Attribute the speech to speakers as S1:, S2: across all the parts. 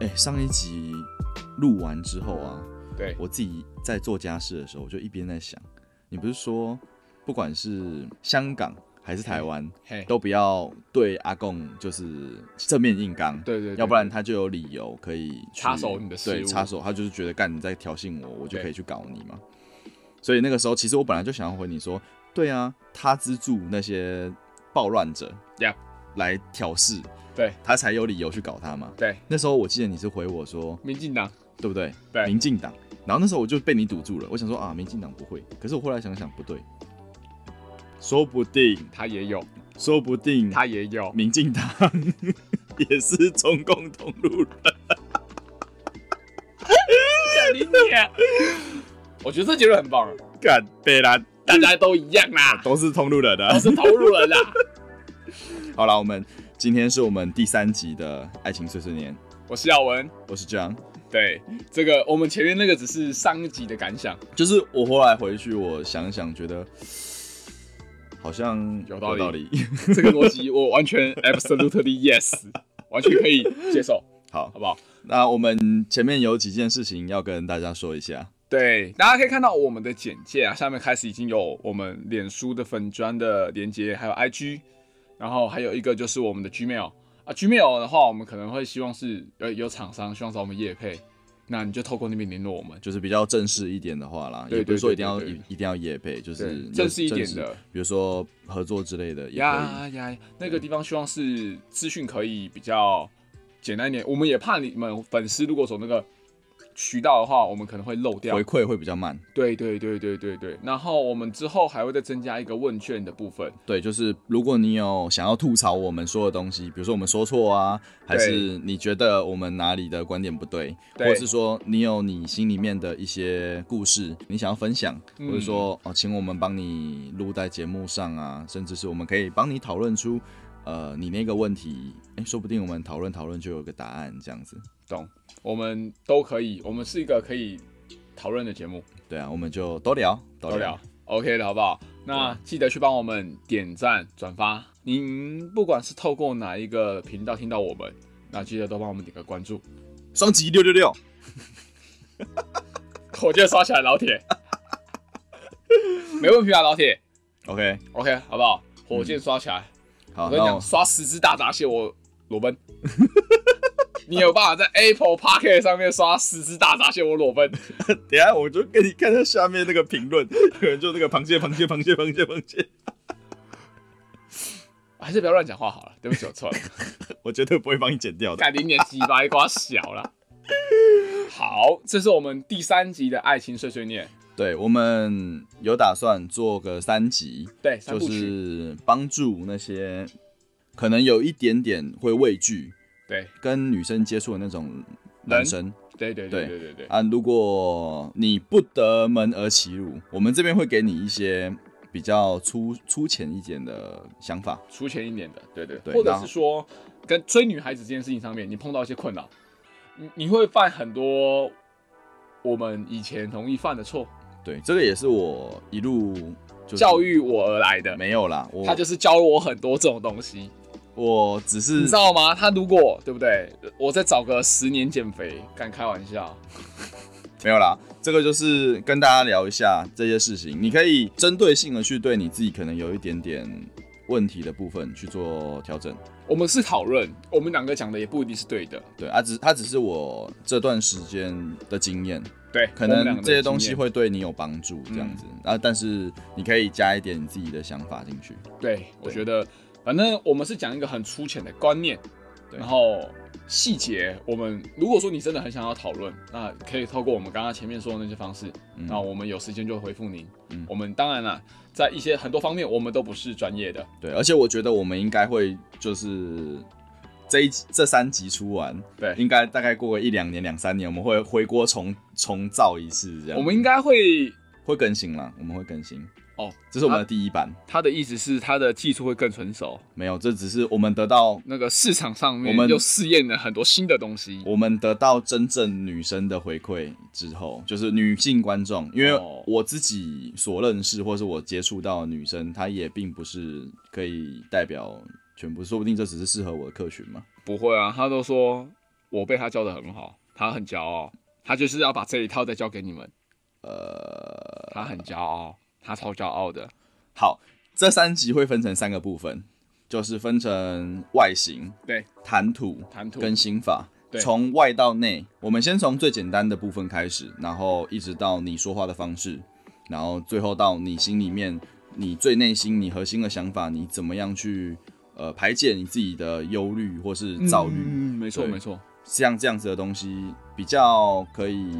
S1: 哎上一集录完之后啊，
S2: 对，
S1: 我自己在做家事的时候，我就一边在想，你不是说不管是香港还是台湾，
S2: 嘿，
S1: 都不要对阿贡就是正面硬刚，
S2: 对对对
S1: 要不然他就有理由可以去
S2: 插手你的事务
S1: 对，插手他就是觉得干你在挑衅我，我就可以去搞你嘛。所以那个时候，其实我本来就想要回你说，对啊，他资助那些暴乱者
S2: Yep
S1: 来挑事，
S2: 对
S1: 他才有理由去搞他嘛。
S2: 对，
S1: 那时候我记得你是回我说，
S2: 民进党，
S1: 对不对？
S2: 对
S1: 民进党。然后那时候我就被你堵住了，我想说啊，民进党不会。可是我后来想想不对，说不定，
S2: 他也有，
S1: 说不定
S2: 他也有，
S1: 民进 党也是中共同路人。
S2: 你娘我觉得这结论很棒，啊
S1: 干北兰
S2: 大家都一样啦，
S1: 都是同路人
S2: 都
S1: 的。
S2: 是投入人 啦。
S1: 好了，我们今天是我们第三集的《爱情碎碎念》，
S2: 我是耀文，
S1: 我是 John。
S2: 对，这个我们前面那个只是上一集的感想，
S1: 就是我后来回去，我想想，觉得好像
S2: 有道理
S1: 理。
S2: 这个逻辑我完全 absolutely yes，完全可以接受，
S1: 好
S2: 好，不好？
S1: 那我们前面有几件事情要跟大家说一下。
S2: 对，大家可以看到我们的简介啊，下面开始已经有我们脸书的粉砖的连接，还有 IG，然后还有一个就是我们的 Gmail 啊，Gmail 的话，我们可能会希望是呃有厂商希望找我们业配，那你就透过那边联络我们。
S1: 就是比较正式一点的话啦，
S2: 对
S1: 也不是说一定要
S2: 对对对
S1: 一定要夜配，就是
S2: 对
S1: 有
S2: 正式一点的
S1: 比如说合作之类的也可以。
S2: 呀呀，那个地方希望是资讯可以比较简单一点，我们也怕你们粉丝如果走那个渠道的话，我们可能会漏掉
S1: 回。馈会比较慢，
S2: 对对对对对对，然后我们之后还会再增加一个问卷的部分。
S1: 对，就是如果你有想要吐槽我们说的东西，比如说我们说错啊，还是你觉得我们哪里的观点不对，或
S2: 对
S1: 者是说你有你心里面的一些故事，你想要分享，或
S2: 嗯
S1: 者说哦，请我们帮你录在节目上啊，甚至是我们可以帮你讨论出，呃，你那个问题，哎，说不定我们讨论讨论就有个答案，这样子。
S2: 懂，我们都可以，我们是一个可以讨论的节目，
S1: 对啊，我们就都聊，都
S2: 都
S1: 聊。
S2: 聊 OK 的好不好？那记得去帮我们点赞、转发。您不管是透过哪一个频道听到我们，那记得都帮我们点个关注。
S1: 双击六六六，
S2: 我就刷起来，老 铁，没问题啊，老铁。
S1: OK，
S2: OK，好不好？火箭刷起来，
S1: 嗯好，
S2: 我跟你
S1: 那我
S2: 讲，刷十只大闸蟹，我 裸奔。你有办法在 Apple Park 上面刷十只大闸蟹，我裸奔。
S1: 等一下我就给你看一下下面那个评论，有人就那个螃蟹，螃蟹，螃蟹，螃蟹，螃蟹。
S2: 还是不要乱讲话好了，对不起，我错了。
S1: 我绝对不会帮你剪掉的。
S2: 看零点几白瓜小了。好，这是我们第三集的爱情碎碎念，
S1: 对我们有打算做个三集，
S2: 对，三
S1: 就
S2: 部曲，
S1: 是帮助那些可能有一点点会畏惧
S2: 对，
S1: 跟女生接触的那种男生
S2: 对对对对对对，
S1: 啊。如果你不得门而其入，我们这边会给你一些比较粗粗浅一点的想法。
S2: 出钱一点的，对对，
S1: 对
S2: 或者
S1: 然后
S2: 是说跟追女孩子这件事情上面，你碰到一些困扰，你你会犯很多我们以前容易犯的错，
S1: 对，这个也是我一路就是
S2: 教育我而来的，
S1: 没有啦，我
S2: 他就是教了我很多这种东西，
S1: 我只是
S2: 你知道吗？他如果对不对，我再找个十年减肥，敢开玩笑，
S1: 没有啦，这个就是跟大家聊一下这些事情，你可以针对性的去对你自己可能有一点点问题的部分去做调整。
S2: 我们是讨论，我们两个讲的也不一定是对的，
S1: 对，啊只它只是我这段时间的经验，
S2: 对，
S1: 可
S2: 我们嗯两
S1: 能
S2: 个
S1: 这
S2: 的
S1: 些东西
S2: 经验嗯
S1: 会对你有帮助，这样子、啊，但是你可以加一点你自己的想法进去。
S2: 对，我觉得反正我们是讲一个很粗浅的观念，
S1: 对
S2: 然后细节我们如果说你真的很想要讨论，那可以透过我们刚刚前面说的那些方式，那我们有时间就回复您。
S1: 嗯
S2: 我们当然啦，在一些很多方面我们都不是专业的，
S1: 对，而且我觉得我们应该会就是这一集这三集出完，
S2: 对，
S1: 应该大概过个一两年、两三年，我们会回锅重重造一次，这样。
S2: 我们应该会。
S1: 会更新啦，我们会更新。
S2: 哦，
S1: 这是我们的第一版，
S2: 他的意思是他的技术会更成熟，
S1: 没有，这只是我们得到
S2: 那个市场上
S1: 我
S2: 面
S1: 们
S2: 又试验了很多新的东西。
S1: 我们得到真正女生的回馈之后，就是女性观众，因为
S2: 哦
S1: 我自己所认识或是我接触到的女生，她也并不是可以代表全部，说不定这只是适合我的客群嘛。
S2: 不会啊，他都说我被他教的很好，他很骄傲，他就是要把这一套再教给你们。呃，他很骄傲，他超骄傲的。
S1: 好，这三集会分成三个部分，就是分成外形、
S2: 对，
S1: 谈吐、
S2: 谈吐
S1: 跟心法。
S2: 对
S1: 从外到内，我们先从最简单的部分开始，然后一直到你说话的方式，然后最后到你心里面，你最内心、你核心的想法，你怎么样去呃排解你自己的忧虑或是躁郁。
S2: 嗯，没错
S1: 对
S2: 没错，
S1: 像这样子的东西，比较可以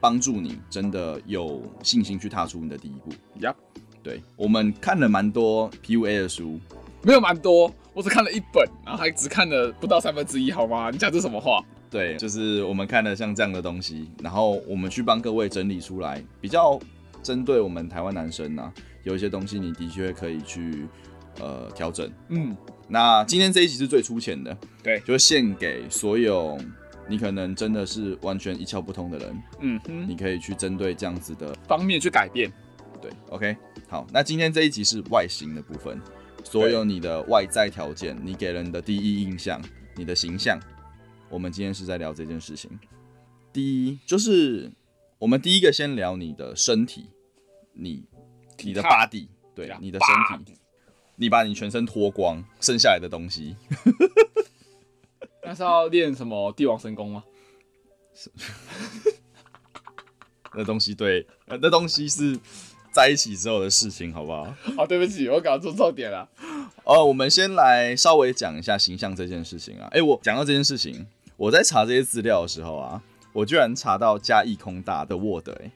S1: 帮助你真的有信心去踏出你的第一步。
S2: 呀，
S1: 对我们看了蛮多 PUA 的书，
S2: 没有蛮多，我只看了一本，然后还只看了不到三分之一，好吗？你讲这什么话？
S1: 对，就是我们看了像这样的东西，然后我们去帮各位整理出来，比较针对我们台湾男生啊，有一些东西你的确可以去呃调整。
S2: 嗯，
S1: 那今天这一集是最粗浅的，
S2: 对
S1: 就献给所有你可能真的是完全一窍不通的人，
S2: 嗯哼，
S1: 你可以去针对这样子的
S2: 方面去改变。
S1: 对，OK，好，那今天这一集是外形的部分，所有你的外在条件，你给人的第一印象，你的形象，我们今天是在聊这件事情。第一就是我们第一个先聊你的身体，你你的
S2: 态
S1: body，对
S2: 呀，
S1: 你的身体，
S2: body
S1: 你把你全身脱光，剩下来的东西，
S2: 那是要练什么帝王神功吗？
S1: 那东西对，呃那东西是在一起之后的事情，好不好？
S2: 哦，对不起，我搞错重点了。
S1: 呃，我们先来稍微讲一下形象这件事情啊。哎、我讲到这件事情，我在查这些资料的时候啊，我居然查到嘉义空大的 Word，哎、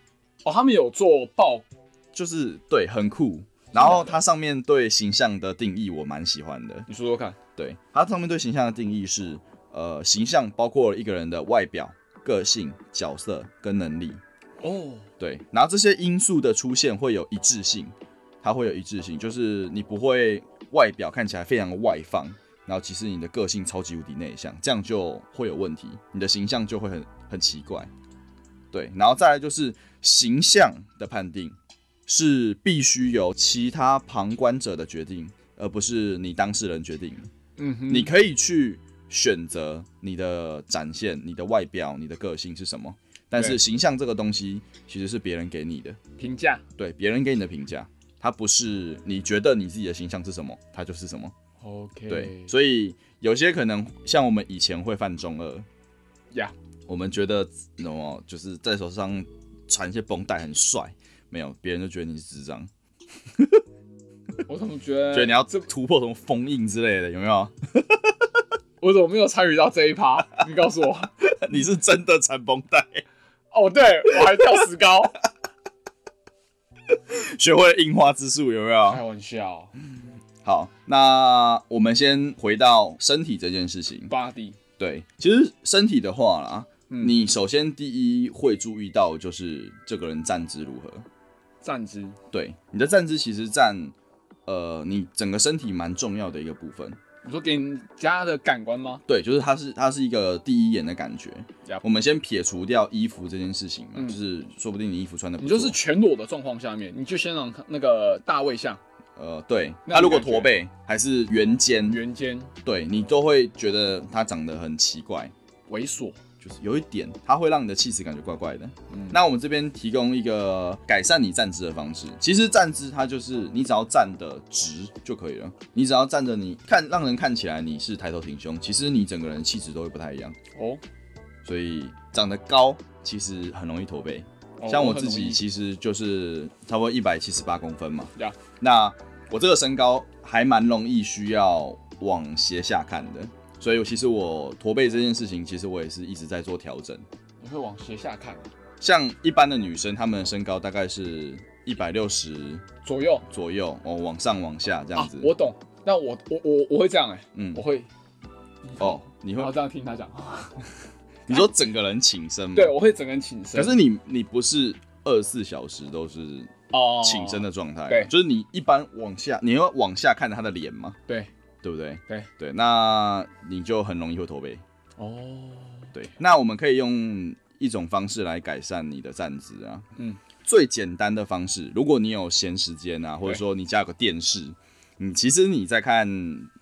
S2: 哦，他们有做报，
S1: 就是对，很酷。然后它上面对形象的定义，我蛮喜欢的。
S2: 你说说看。
S1: 对，它上面对形象的定义是，呃，形象包括一个人的外表、个性、角色跟能力。
S2: 哦，
S1: 对，然后这些因素的出现会有一致性，它会有一致性，就是你不会外表看起来非常外放，然后其实你的个性超级无敌内向，这样就会有问题，你的形象就会很很奇怪。对，然后再来就是形象的判定是必须由其他旁观者的决定，而不是你当事人决定。
S2: 嗯哼，
S1: 你可以去选择你的展现、你的外表、你的个性是什么，但是
S2: 对
S1: 形象这个东西其实是别人给你的，
S2: 评价
S1: 对别人给你的评价，它不是你觉得你自己的形象是什么，它就是什么。
S2: ，OK，
S1: 对，所以有些可能像我们以前会犯中二
S2: 呀
S1: 我们觉得什么就是在手上缠一些绷带很帅，没有别人就觉得你是智障，
S2: 我怎么觉得？
S1: 觉得你要
S2: 这，
S1: 突破什么封印之类的，有没有？
S2: 我怎么没有参与到这一趴？你告诉我。
S1: 你是真的缠绷带，
S2: 哦，对，我还跳石膏，
S1: 学会了印花之术，有没有？
S2: 开玩笑
S1: 好，那我们先回到身体这件事情。
S2: ，body，
S1: 对，其实身体的话啦，
S2: 嗯
S1: 你首先第一会注意到就是这个人站姿如何。
S2: 站姿，
S1: 对，你的站姿其实占呃你整个身体蛮重要的一个部分。
S2: 你说给人家的感官吗？
S1: 对，就是它是它是一个第一眼的感觉
S2: Yup。
S1: 我们先撇除掉衣服这件事情嘛，
S2: 嗯
S1: 就是说不定你衣服穿的不
S2: 你
S1: 错
S2: 就是全裸的状况下面，你就先让那个大卫像
S1: 呃对，
S2: 那
S1: 他如
S2: 你
S1: 果
S2: 感
S1: 驼
S2: 觉
S1: 背还是圆肩，
S2: 圆肩
S1: 对你都会觉得他长得很奇怪。
S2: 猥琐，
S1: 就是有一点，它会让你的气质感觉怪怪的。
S2: 嗯
S1: 那我们这边提供一个改善你站姿的方式。其实站姿它就是你只要站得直就可以了，你只要站着，你看让人看起来你是抬头挺胸，其实你整个人气质都会不太一样。
S2: 哦，
S1: 所以长得高其实很容易驼背，
S2: 哦
S1: 像我
S2: 很
S1: 自己
S2: 容易
S1: 其实就是差不多一百七十八公分嘛
S2: Yeah。
S1: 那我这个身高还蛮容易需要往斜下看的，所以我其实我驼背这件事情，其实我也是一直在做调整。
S2: 你会往斜下看，
S1: 像一般的女生，她们的身高大概是一百六十
S2: 左右
S1: 左右哦，往上往下这样
S2: 啊
S1: 子。，
S2: 我懂。那我我我我会这样哎，
S1: 嗯
S2: 我啊会
S1: 哦，你
S2: 然后
S1: 会嗯
S2: 这样听 他讲，
S1: 你说整个人请身吗？
S2: 对，我会整个人请身，
S1: 可是你你不是二十四小时都是
S2: 哦，
S1: 请身的状态、
S2: 对
S1: 就是你一般往下，你要往下看着她的脸嘛，
S2: 对
S1: 对不对？
S2: 对
S1: 对，那你就很容易会驼背。
S2: 哦，
S1: 对，那我们可以用一种方式来改善你的站姿啊。
S2: 嗯，
S1: 最简单的方式，如果你有闲时间啊，或者说你家有个电视，你其实你在看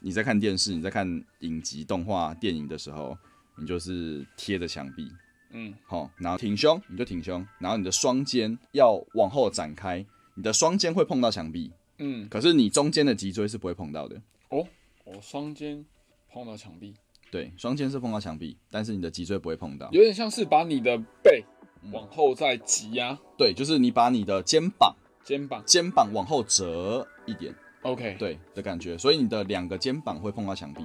S1: 你在看电视，你在看影集、动画、电影的时候，你就是贴着墙壁，
S2: 嗯，
S1: 好、然后挺胸你就挺胸，然后你的双肩要往后展开，你的双肩会碰到墙壁，
S2: 嗯，
S1: 可是你中间的脊椎是不会碰到的。
S2: 哦，我双肩碰到墙壁，
S1: 对，双肩是碰到墙壁，但是你的脊椎不会碰到。
S2: 有点像是把你的背往后再挤压、
S1: 对，就是你把你的肩膀
S2: 肩膀。
S1: 肩膀往后折一点，
S2: OK，，
S1: 对的感觉，所以你的两个肩膀会碰到墙壁。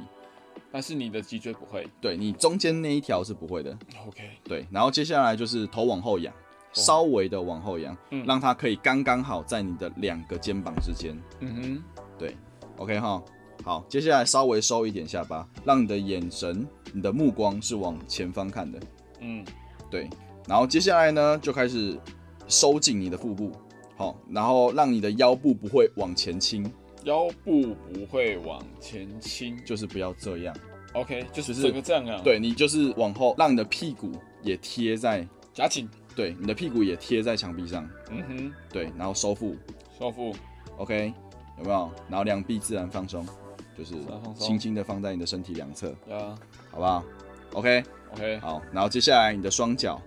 S2: 但是你的脊椎不会。
S1: 对你中间那一条是不会的，
S2: OK，
S1: 对，然后接下来就是头往后仰，稍微的往后仰，
S2: 嗯
S1: 让它可以刚刚好在你的两个肩膀之间。
S2: 嗯哼，
S1: OK 哈，好，接下来稍微收一点下巴，让你的眼神、你的目光是往前方看的。
S2: 嗯，
S1: 对，然后接下来呢就开始收紧你的腹部，好，然后让你的腰部不会往前倾，
S2: 腰部不会往前倾。
S1: 就是不要这样。
S2: OK，就是
S1: 就是
S2: 整个这样啊。，
S1: 对你就是往后，让你的屁股也贴在，
S2: 夹紧。
S1: 对，你的屁股也贴在墙壁上，
S2: 嗯哼，
S1: 对，然后收腹
S2: 收腹。
S1: ，OK，有没有？然后两臂自然放松，就是
S2: 自然放松
S1: 轻轻的放在你的身体两侧，
S2: 呀
S1: 好不好？OK，
S2: ，OK，
S1: 好，然后接下来你的双脚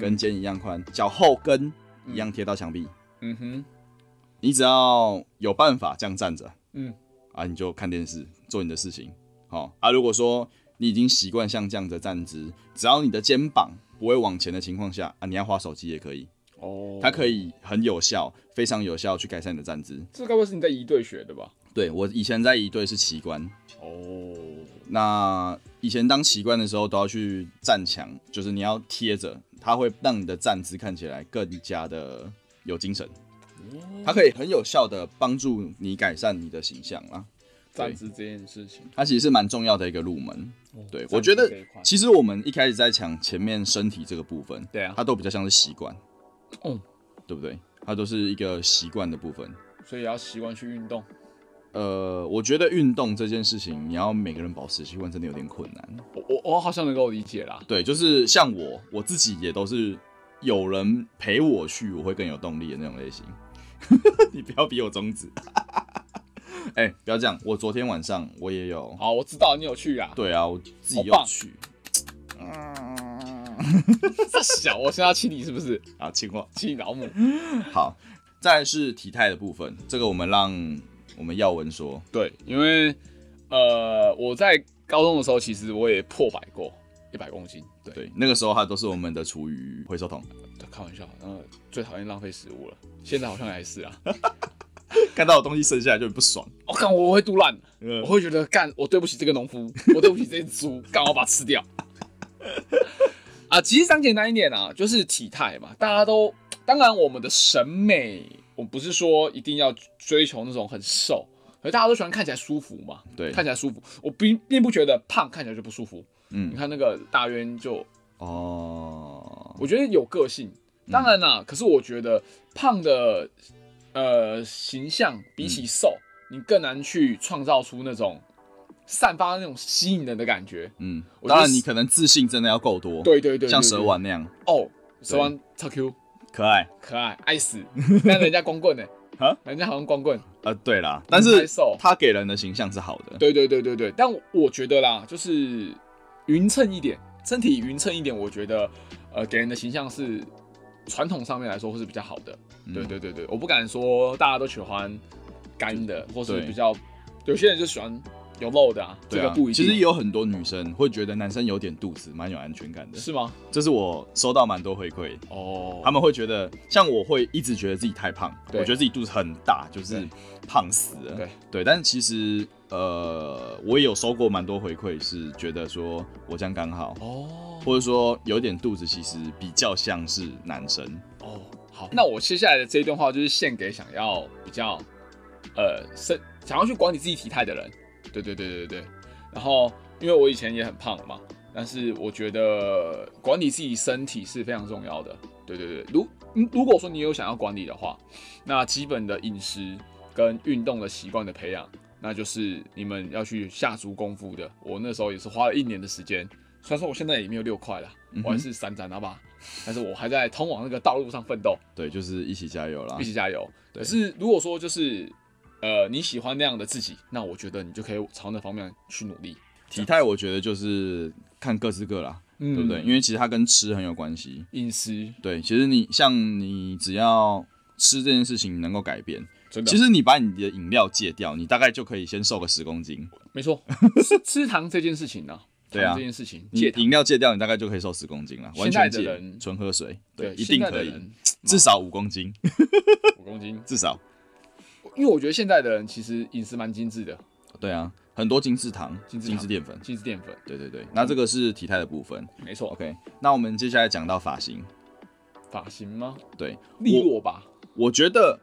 S1: 跟肩一样宽，脚后跟一样贴到墙壁，
S2: 嗯哼，
S1: 你只要有办法这样站着，
S2: 嗯，
S1: 啊，你就看电视，做你的事情。好、啊，如果说你已经习惯像这样的站姿，只要你的肩膀不会往前的情况下，啊，你要划手机也可以，
S2: 哦，
S1: 它可以很有效，非常有效去改善你的站姿。
S2: 这该不会是你在一队学的吧？
S1: 对我以前在一队是奇观，
S2: 哦，
S1: 那以前当奇观的时候都要去站墙，就是你要贴着，它会让你的站姿看起来更加的有精神，它可以很有效的帮助你改善你的形象啦。
S2: 站姿这件事情，
S1: 它其实是蛮重要的一个入门。对
S2: 站，姿
S1: 我觉得
S2: 哦这一块
S1: 其实我们一开始在讲前面身体这个部分，
S2: 对啊
S1: 它都比较像是习惯，
S2: 嗯，
S1: 对不对？它都是一个习惯的部分。
S2: 所以也要习惯去运动。
S1: 呃，我觉得运动这件事情，你要每个人保持习惯，真的有点困难。
S2: 我我我好像能够理解啦。
S1: 对，就是像我，我自己也都是有人陪我去，我会更有动力的那种类型。 你不要比我中指， 哎、不要这样。我昨天晚上我也有，
S2: 好，我知道你有去啊。
S1: 对啊，我自己
S2: 好
S1: 又
S2: 棒
S1: 去，
S2: 这小，我 现在要亲你是不是？
S1: 啊，青蛙。
S2: 亲你老母。
S1: 好，再来是体态的部分，这个我们让我们耀文说。
S2: 对，因为呃，我在高中的时候，其实我也破百过一百公斤。对，
S1: 对，那个时候它都是我们的厨余回收桶，
S2: 开玩笑，然后最讨厌浪费食物了，现在好像还是啊。
S1: 看到的东西剩下来就很不爽。
S2: 我、看我会肚烂，
S1: 呃
S2: 我会觉得干，我对不起这个农夫，我对不起这只猪，干，我要把它吃掉。 啊，其实讲简单一点啊，就是体态嘛，大家都，当然我们的审美，我不是说一定要追求那种很瘦，可大家都喜欢看起来舒服嘛，
S1: 对
S2: 看起来舒服。我并并不觉得胖看起来就不舒服，
S1: 嗯
S2: 你看那个大渊就，
S1: 哦，
S2: 我觉得有个性，
S1: 嗯
S2: 当然啦，可是我觉得胖的呃形象比
S1: 嗯
S2: 起瘦，你更难去创造出那种散发那种吸引人的感觉。
S1: 嗯，
S2: 我觉得
S1: 当然你可能自信真的要够多，
S2: 对对对对
S1: 像
S2: 对
S1: 蛇丸那样
S2: 哦，蛇丸超 Q，
S1: 可爱。
S2: 可爱，爱死， 但人家光 棍呢、欸
S1: 啊
S2: 人家好像光棍。
S1: 呃，对啦，但
S2: 拍
S1: 是
S2: 手
S1: 他给人的形象是好的。
S2: 对对对对对，但我觉得啦，就是匀称一点，身体匀称一点，我觉得呃给人的形象是传统上面来说会是比较好的。
S1: 嗯
S2: 对对对对，我不敢说大家都喜欢干的，或是
S1: 对
S2: 比较有些人就喜欢有肉的啊，
S1: 对
S2: 这个
S1: 啊，
S2: 不一定。
S1: 其实也有很多女生会觉得男生有点肚子蛮有安全感的，
S2: 是吗？
S1: 这是我收到蛮多回馈的。
S2: 哦，
S1: 他们会觉得，像我会一直觉得自己太胖，我
S2: 对
S1: 觉得自己肚子很大，就是胖死了。
S2: 对
S1: 但是其实呃，我也有收过蛮多回馈，是觉得说我这样刚好，
S2: 哦
S1: 或者说有点肚子，其实比较像是男生。
S2: 哦，好，那我接下来的这一段话就是献给想要比较呃身想要去管理自己体态的人。对对对对对。然后，因为我以前也很胖嘛，但是我觉得管理自己身体是非常重要的。对对对，如嗯如果说你有想要管理的话，那基本的饮食跟运动的习惯的培养，那就是你们要去下足功夫的。我那时候也是花了一年的时间，虽然说我现在也没有六块了，
S1: 嗯
S2: 我还是三斩好吧，但是我还在通往那个道路上奋斗。
S1: 对，就是一起加油啦
S2: 一！起加油。
S1: 啊对
S2: 可是如果说就是呃你喜欢那样的自己，那我觉得你就可以朝那方面去努力。
S1: 体态我觉得就是看各吃各啦，
S2: 嗯
S1: 对不对？因为其实它跟吃很有关系。
S2: 饮食
S1: 对，其实你像你只要吃这件事情能够改变，
S2: 真的
S1: 其实你把你的饮料戒掉，你大概就可以先瘦个十公斤。
S2: 没 错，吃吃糖这件事情呢、
S1: 啊对啊
S2: 糖这件事情
S1: 你
S2: 戒糖，
S1: 饮料戒掉，你大概就可以瘦十公斤了。完
S2: 现在
S1: 全
S2: 的
S1: 戒
S2: 人，
S1: 纯喝水，
S2: 对，
S1: 一定
S2: 现在
S1: 可
S2: 的
S1: 以，
S2: 人
S1: 至少五公斤，
S2: 五公斤，
S1: 至少。
S2: 因为我觉得现在的人其实饮食蛮精致的，
S1: 对啊，很多精制糖、
S2: 精制
S1: 精
S2: 糖
S1: 制淀粉。
S2: 精致淀粉，
S1: 对对对，那这个是体态的部分。
S2: 没错，
S1: OK，那我们接下来讲到发型。
S2: 发型吗？
S1: 对，
S2: 利落吧，
S1: 我觉得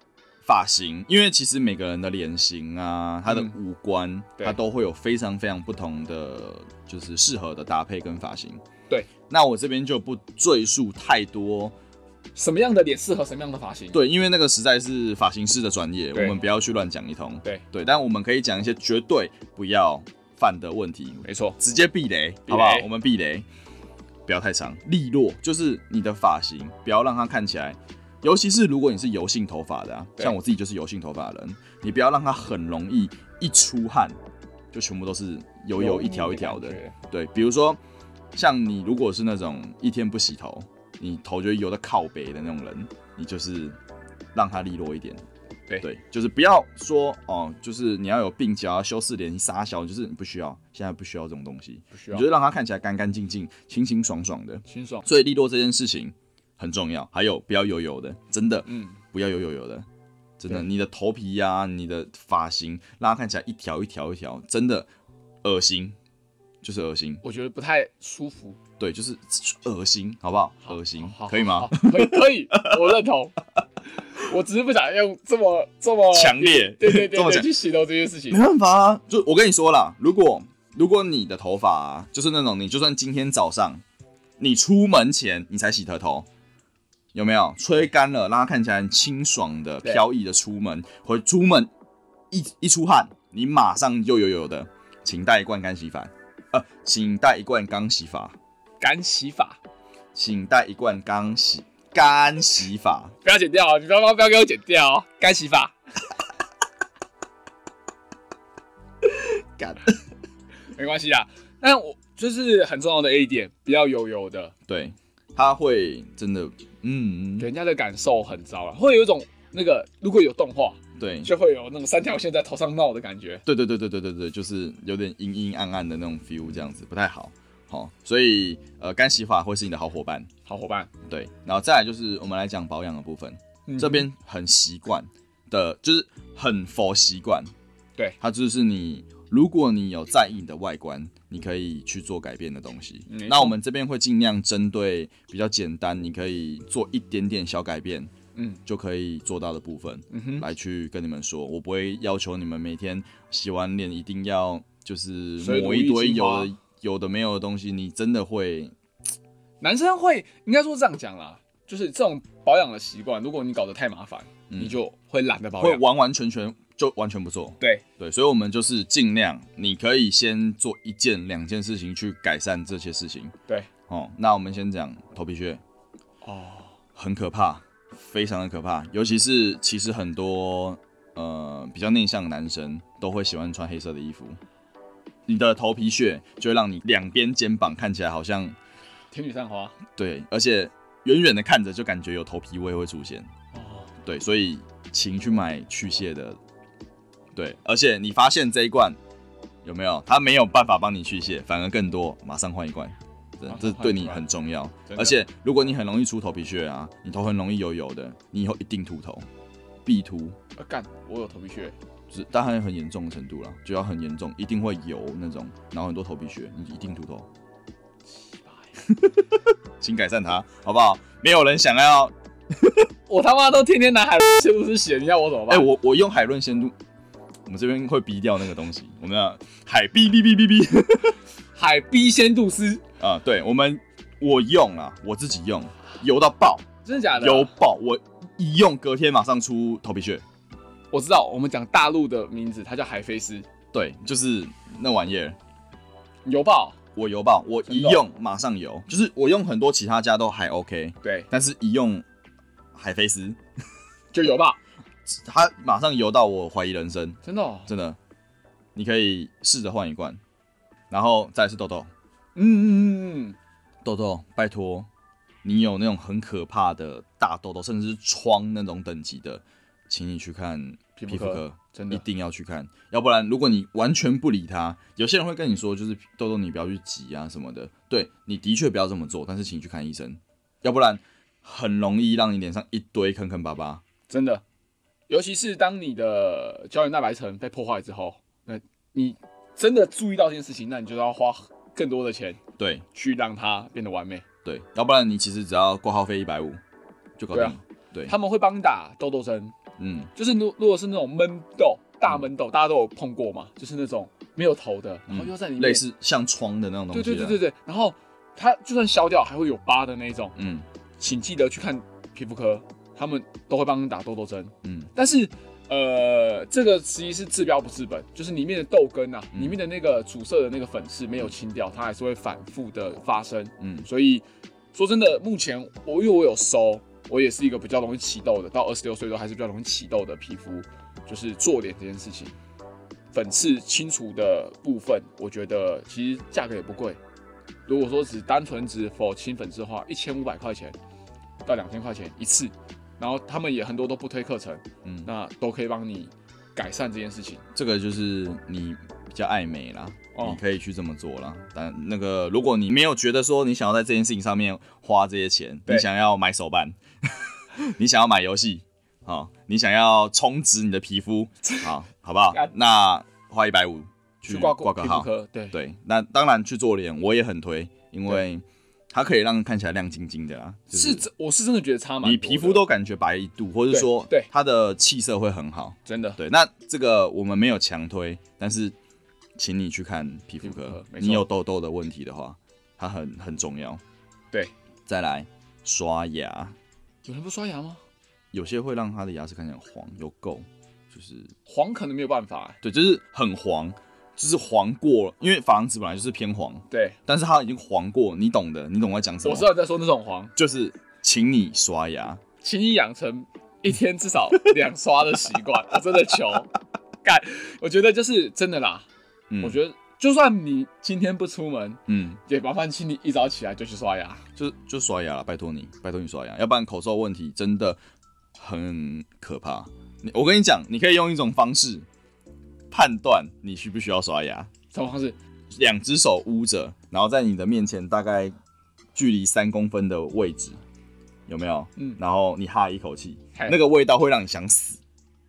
S1: 发型，因为其实每个人的脸型啊，他的
S2: 嗯
S1: 五官，
S2: 对
S1: 他都会有非常非常不同的，就是适合的搭配跟发型。
S2: 对，
S1: 那我这边就不赘述太多，
S2: 什么样的脸适合什么样的发型？
S1: 对，因为那个实在是发型师的专业，我
S2: 对
S1: 们不要去乱讲一通。
S2: 对
S1: 对，但我们可以讲一些绝对不要犯的问题，
S2: 没错，
S1: 直接避雷，
S2: 避
S1: 好不好
S2: 雷？
S1: 我们避雷，不要太长，利落，就是你的发型，不要让它看起来，尤其是如果你是油性头发的、啊，
S2: 对
S1: 像我自己就是油性头发的人，你不要让它很容易一出汗就全部都是油油一条一条的
S2: 有。感
S1: 对，比如说像你如果是那种一天不洗头，你头就会油到靠北的那种人，你就是让它利落一点。
S2: 对
S1: 对，就是不要说哦，就是你要有鬓角啊、修饰脸、沙小，就是你不需要，现在不需要这种东西，
S2: 觉不需
S1: 你
S2: 要
S1: 就是让它看起来干干净净、清清爽爽的。
S2: 清爽，
S1: 所以利落这件事情很重要，还有不要油油的，真的
S2: 嗯，
S1: 不要油油油的，真的，
S2: 对
S1: 你的头皮呀、你的发型，让它看起来一条一条一条，真的恶心，就是恶心。
S2: 我觉得不太舒服，
S1: 对，就是恶心，好不好？恶心
S2: 好，
S1: 可以？吗？
S2: 好好可以， 可以，我认同。我只是不想用这么这么
S1: 强烈，
S2: 对对对
S1: 这么
S2: 对
S1: 讲，
S2: 去形容这件事情
S1: 没。办法啊。就我跟你说啦，如果如果你的头发啊、就是那种，你就算今天早上你出门前你才洗的头，有没有吹干了，让它看起来很清爽的、
S2: 对
S1: 飘逸的出门，回出门一一出汗，你马上就油油的，请带一罐干洗法，呃，请带一罐干洗法，
S2: 干洗法，
S1: 请带一罐干洗干洗法。
S2: 不要剪掉哦，你不要不要给我剪掉哦，干洗法。
S1: 干，
S2: 没关系啦。但我就是很重要的 A 点，不要油油的，
S1: 对，它会真的，嗯，
S2: 人家的感受很糟了，会有一种那个如果有动画，
S1: 对，
S2: 就会有那种三条线在头上闹的感觉。
S1: 对对对对对对对，就是有点阴阴暗暗的那种 feel，这样子不太好。好、所以呃，干洗法会是你的好伙伴。
S2: 好伙伴，
S1: 对，然后再来就是我们来讲保养的部分，
S2: 嗯
S1: 这边很习惯的，就是很佛习惯。
S2: 对，
S1: 它就是你，如果你有在意你的外观，你可以去做改变的东西
S2: 没错。
S1: 那我们这边会尽量针对比较简单，你可以做一点点小改变
S2: 嗯
S1: 就可以做到的部分。
S2: 嗯哼，
S1: 来去跟你们说，我不会要求你们每天洗完脸一定要就是
S2: 水乳
S1: 抹一堆
S2: 精华
S1: 有的有的没有的东西，你真的会
S2: 男生会应该说这样讲啦，就是这种保养的习惯，如果你搞得太麻烦，
S1: 嗯
S2: 你就会懒得保
S1: 会
S2: 养。
S1: 完完全全就完全不做。
S2: 对，
S1: 对，所以我们就是尽量，你可以先做一件两件事情去改善这些事情。
S2: 对，
S1: 哦，那我们先讲头皮屑，
S2: 哦，
S1: 很可怕，非常的可怕，尤其是其实很多呃比较内向的男生都会喜欢穿黑色的衣服。你的头皮屑就会让你两边肩膀看起来好像
S2: 天女散花，
S1: 对，而且远远的看着就感觉有头皮味会出现。
S2: 哦，
S1: 对，所以请去买去屑的。对，而且你发现这一罐有没有？它没有办法帮你去屑，反而更多，马上换一罐。这
S2: 马上
S1: 这
S2: 换
S1: 对
S2: 一
S1: 你
S2: 罐
S1: 很重要。
S2: 真的
S1: 而且如果你很容易出头皮屑啊，你头很容易油油的，你以后一定秃头，必秃。
S2: 啊干，我有头皮屑，
S1: 就是当然很严重的程度啦，就要很严重，一定会油那种，然后很多头皮屑，你一定秃头。 请改善它，好不好？没有人想要
S2: 我他妈都天天拿海鲜不是血，你要我怎么
S1: 哎、
S2: 办？
S1: 我我用海润鲜度，我们这边会逼掉那个东西，我们要海逼逼逼逼 逼
S2: 海逼鲜度丝，
S1: 啊！对，我们我用啊，我自己用，油到爆，
S2: 真的假的？
S1: 油爆，我一用隔天马上出头皮屑，
S2: 我知道，我们讲大陆的名字，它叫海飞丝，
S1: 对，就是那玩意儿，
S2: 油爆。
S1: 我油爆，我一
S2: 真的哦
S1: 用马上油，就是我用很多其他家都还 OK，
S2: 对，
S1: 但是一用海飞丝，
S2: 就油爆，
S1: 它马上油到我怀疑人生，
S2: 真的、哦。
S1: 真的，你可以试着换一罐，然后再来是豆豆，
S2: 嗯嗯嗯嗯，
S1: 豆豆，拜托，你有那种很可怕的大痘痘，甚至是疮那种等级的，请你去看
S2: 皮肤
S1: 皮肤
S2: 科
S1: 科，
S2: 真
S1: 一
S2: 的，
S1: 定要去看，要不然如果你完全不理它，有些人会跟你说，就是痘痘你不要去挤啊什么的，对你的确不要这么做，但是请你去看医生，要不然很容易让你脸上一堆坑坑巴巴。
S2: 真的，尤其是当你的胶原蛋白层被破坏之后，那你真的注意到这件事情，那你就要花更多的钱
S1: 对
S2: 去让它变得完美。
S1: 对，要不然你其实只要挂号费一百五就搞定
S2: 对啊
S1: 了。对，
S2: 他们会帮你打痘痘针，
S1: 嗯，
S2: 就是如如果是那种闷痘、大闷痘，大家都有碰过嘛，就是那种没有头的，然后又在里
S1: 嗯
S2: 面，
S1: 类似像疮的那种东西
S2: 对
S1: 啊。
S2: 对对对对，然后它就算消掉，还会有疤的那一种，
S1: 嗯
S2: 请记得去看皮肤科，他们都会帮你打痘痘针。
S1: 嗯，
S2: 但是呃，这个其实是治标不治本，就是里面的痘根啊，里面的那个阻塞的那个粉刺没有清掉，它还是会反复的发生。
S1: 嗯
S2: 所以说真的，目前我因为我有收，我也是一个比较容易起痘的，到二十六岁都还是比较容易起痘的皮肤，就是做脸这件事情。粉刺清除的部分，我觉得其实价格也不贵。如果说只单纯只否清粉刺的话，一千五百块钱到两千块钱一次，然后他们也很多都不推课程，
S1: 嗯
S2: 那都可以帮你改善这件事情。
S1: 这个就是你比较爱美啦，
S2: 哦
S1: 你可以去这么做啦。但那个，如果你没有觉得说你想要在这件事情上面花这些钱，
S2: 对
S1: 你想要买手办， 你想要买游戏，好、你想要充值你的皮 肤，好，好不好
S2: 干？
S1: 那花一百五
S2: 啊去挂
S1: 挂
S2: 过
S1: 个
S2: 皮肤
S1: 号，
S2: 科，对，
S1: 对，那当然去做脸，我也很推，因为它可以让看起来亮晶晶的啦，就是
S2: 真，我是真的觉得差蛮多的。
S1: 你皮肤都感觉白一度，或者
S2: 对
S1: 说
S2: 对
S1: 它的气色会很好。
S2: 真的
S1: 对，那这个我们没有强推，但是请你去看皮肤
S2: 皮肤
S1: 科
S2: 科没，错
S1: 你有痘痘的问题的话，它很很重要。
S2: 对，
S1: 再来刷牙，
S2: 有人不刷牙吗？
S1: 有些会让他的牙齿看起来很黄有垢，就是
S2: 黄可能没有办法、欸
S1: 对，就是很黄，就是黄过了，因为珐琅质本来就是偏黄，
S2: 对，
S1: 但是它已经黄过，你懂的，你懂我在讲什么？
S2: 我知道你在说那种黄，
S1: 就是请你刷牙，
S2: 请你养成一天至少两刷的习惯。我真的求，干，我觉得就是真的啦。
S1: 嗯，
S2: 我
S1: 得，
S2: 觉得就算你今天不出门，
S1: 嗯，
S2: 也麻烦请你一早起来就去刷牙。
S1: 就就刷牙了，拜托你，拜托你刷牙，要不然口臭问题真的很可怕。你我跟你讲，你可以用一种方式判断你需不需要刷牙，
S2: 什么方式？
S1: 两只手捂着，然后在你的面前大概距离三公分的位置，有没有？
S2: 嗯
S1: 然后你哈一口气，
S2: 嘿
S1: 那个味道会让你想死，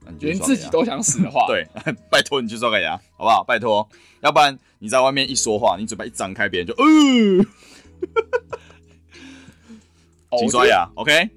S1: 那你就去
S2: 连
S1: 刷个
S2: 自己
S1: 牙
S2: 都想死的话，，
S1: 对，拜托你去刷个牙，好不好？拜托，要不然你在外面一说话，你嘴巴一张开，别人就呃，
S2: 哦、
S1: 请刷牙、o k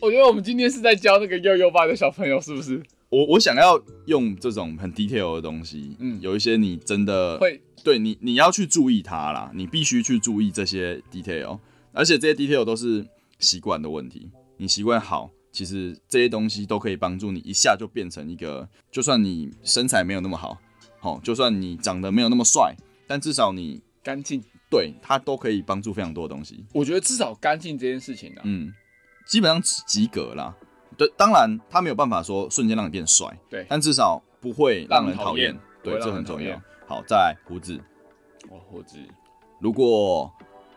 S2: 我觉得。我觉得我们今天是在教那个幼幼班的小朋友，是不是
S1: 我我想要用这种很 detail 的东西，
S2: 嗯
S1: 嗯，有一些你真的
S2: 会
S1: 对你你要去注意它啦，你必须去注意这些 detail，而且这些 detail 都是习惯的问题，你习惯好。其实这些东西都可以帮助你一下就变成一个，就算你身材没有那么好，好、就算你长得没有那么帅，但至少你
S2: 干净？
S1: 对它都可以帮助非常多的东西。
S2: 我觉得至少干净这件事情呢、啊
S1: 嗯，基本上及格啦。对，当然他没有办法说瞬间让你变帅，
S2: 对
S1: 但至少不会让人讨
S2: 让人讨厌不会
S1: 对，
S2: 让
S1: 这
S2: 人
S1: 很
S2: 讨
S1: 重
S2: 厌
S1: 要。好，再来胡子，
S2: 我我只
S1: 如果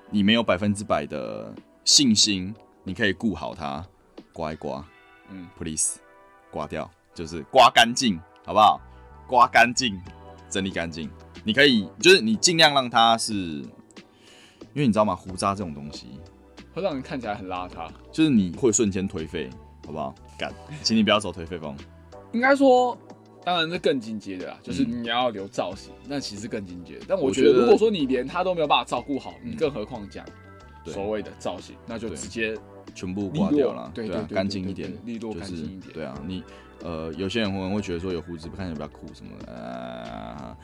S1: 你没有百分之百的信心，你可以顾好它，刮一刮，
S2: 嗯
S1: ，please，刮掉，就是刮干净，好不好？刮干净，整理干净，你可以，就是你尽量让它是，因为你知道吗？胡渣这种东西，
S2: 会让人看起来很邋遢。
S1: 就是你会瞬间颓废，好不好？干，请你不要走颓废风。
S2: 应该说，当然是更进阶的啦，就是你要留造型，那其实更进阶。但我觉得，
S1: 嗯我觉得
S2: 如果说你连他都没有办法照顾好，你更何况讲
S1: 对
S2: 所谓的造型，那就
S1: 对
S2: 直接
S1: 全部刮掉了，
S2: 利
S1: 啊
S2: 落对对，对
S1: 干净一点
S2: 对对，对利落
S1: 就是
S2: 干净一点
S1: 对啊，你呃，有些人可能会觉得说有胡子看起来比较酷什么的，呃，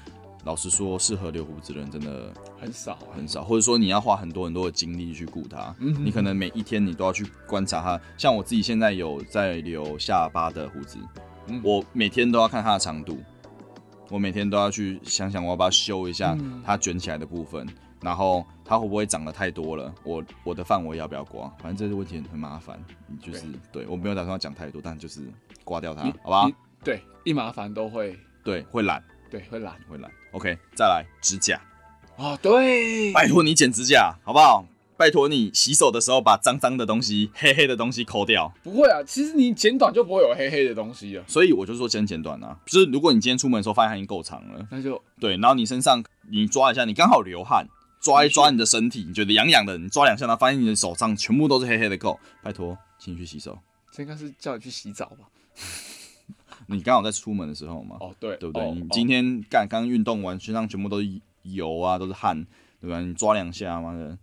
S1: 老实说，适合留胡子的人真的
S2: 很少、啊。
S1: 很少，或者说你要花很多很多的精力去顾它，
S2: 嗯哼
S1: 你可能每一天你都要去观察它。像我自己现在有在留下巴的胡子，
S2: 嗯
S1: 我每天都要看它的长度，我每天都要去想想我要不要修一下
S2: 嗯
S1: 它卷起来的部分，然后它会不会长得太多了，我我的范围要不要刮？反正这些问题很麻烦，你就是对我没有打算要讲太多，但就是刮掉它，
S2: 你
S1: 好吧
S2: 你？对，一麻烦都会
S1: 对，会懒，
S2: 对会懒。
S1: 会懒。OK，再来指甲，
S2: 啊，对，
S1: 拜托你剪指甲好不好？拜托你洗手的时候把脏脏的东西、黑黑的东西抠掉。
S2: 不会啊，其实你剪短就不会有黑黑的东西了，
S1: 所以我就说先剪短啊，就是如果你今天出门的时候发现它已经够长了，
S2: 那就
S1: 对，然后你身上你抓一下，你刚好流汗，抓一抓你的身体，你觉得痒痒的，你抓两下，然后发现你的手上全部都是黑黑的垢，拜托，请你去洗手。
S2: 这应该是叫你去洗澡吧？
S1: 你刚好在出门的时候嘛，
S2: 哦，对，
S1: 对不对？
S2: 哦
S1: 你
S2: 哦
S1: 今天干刚运动完，身上全部都是油啊，都是汗，对吧？你抓两下，妈的，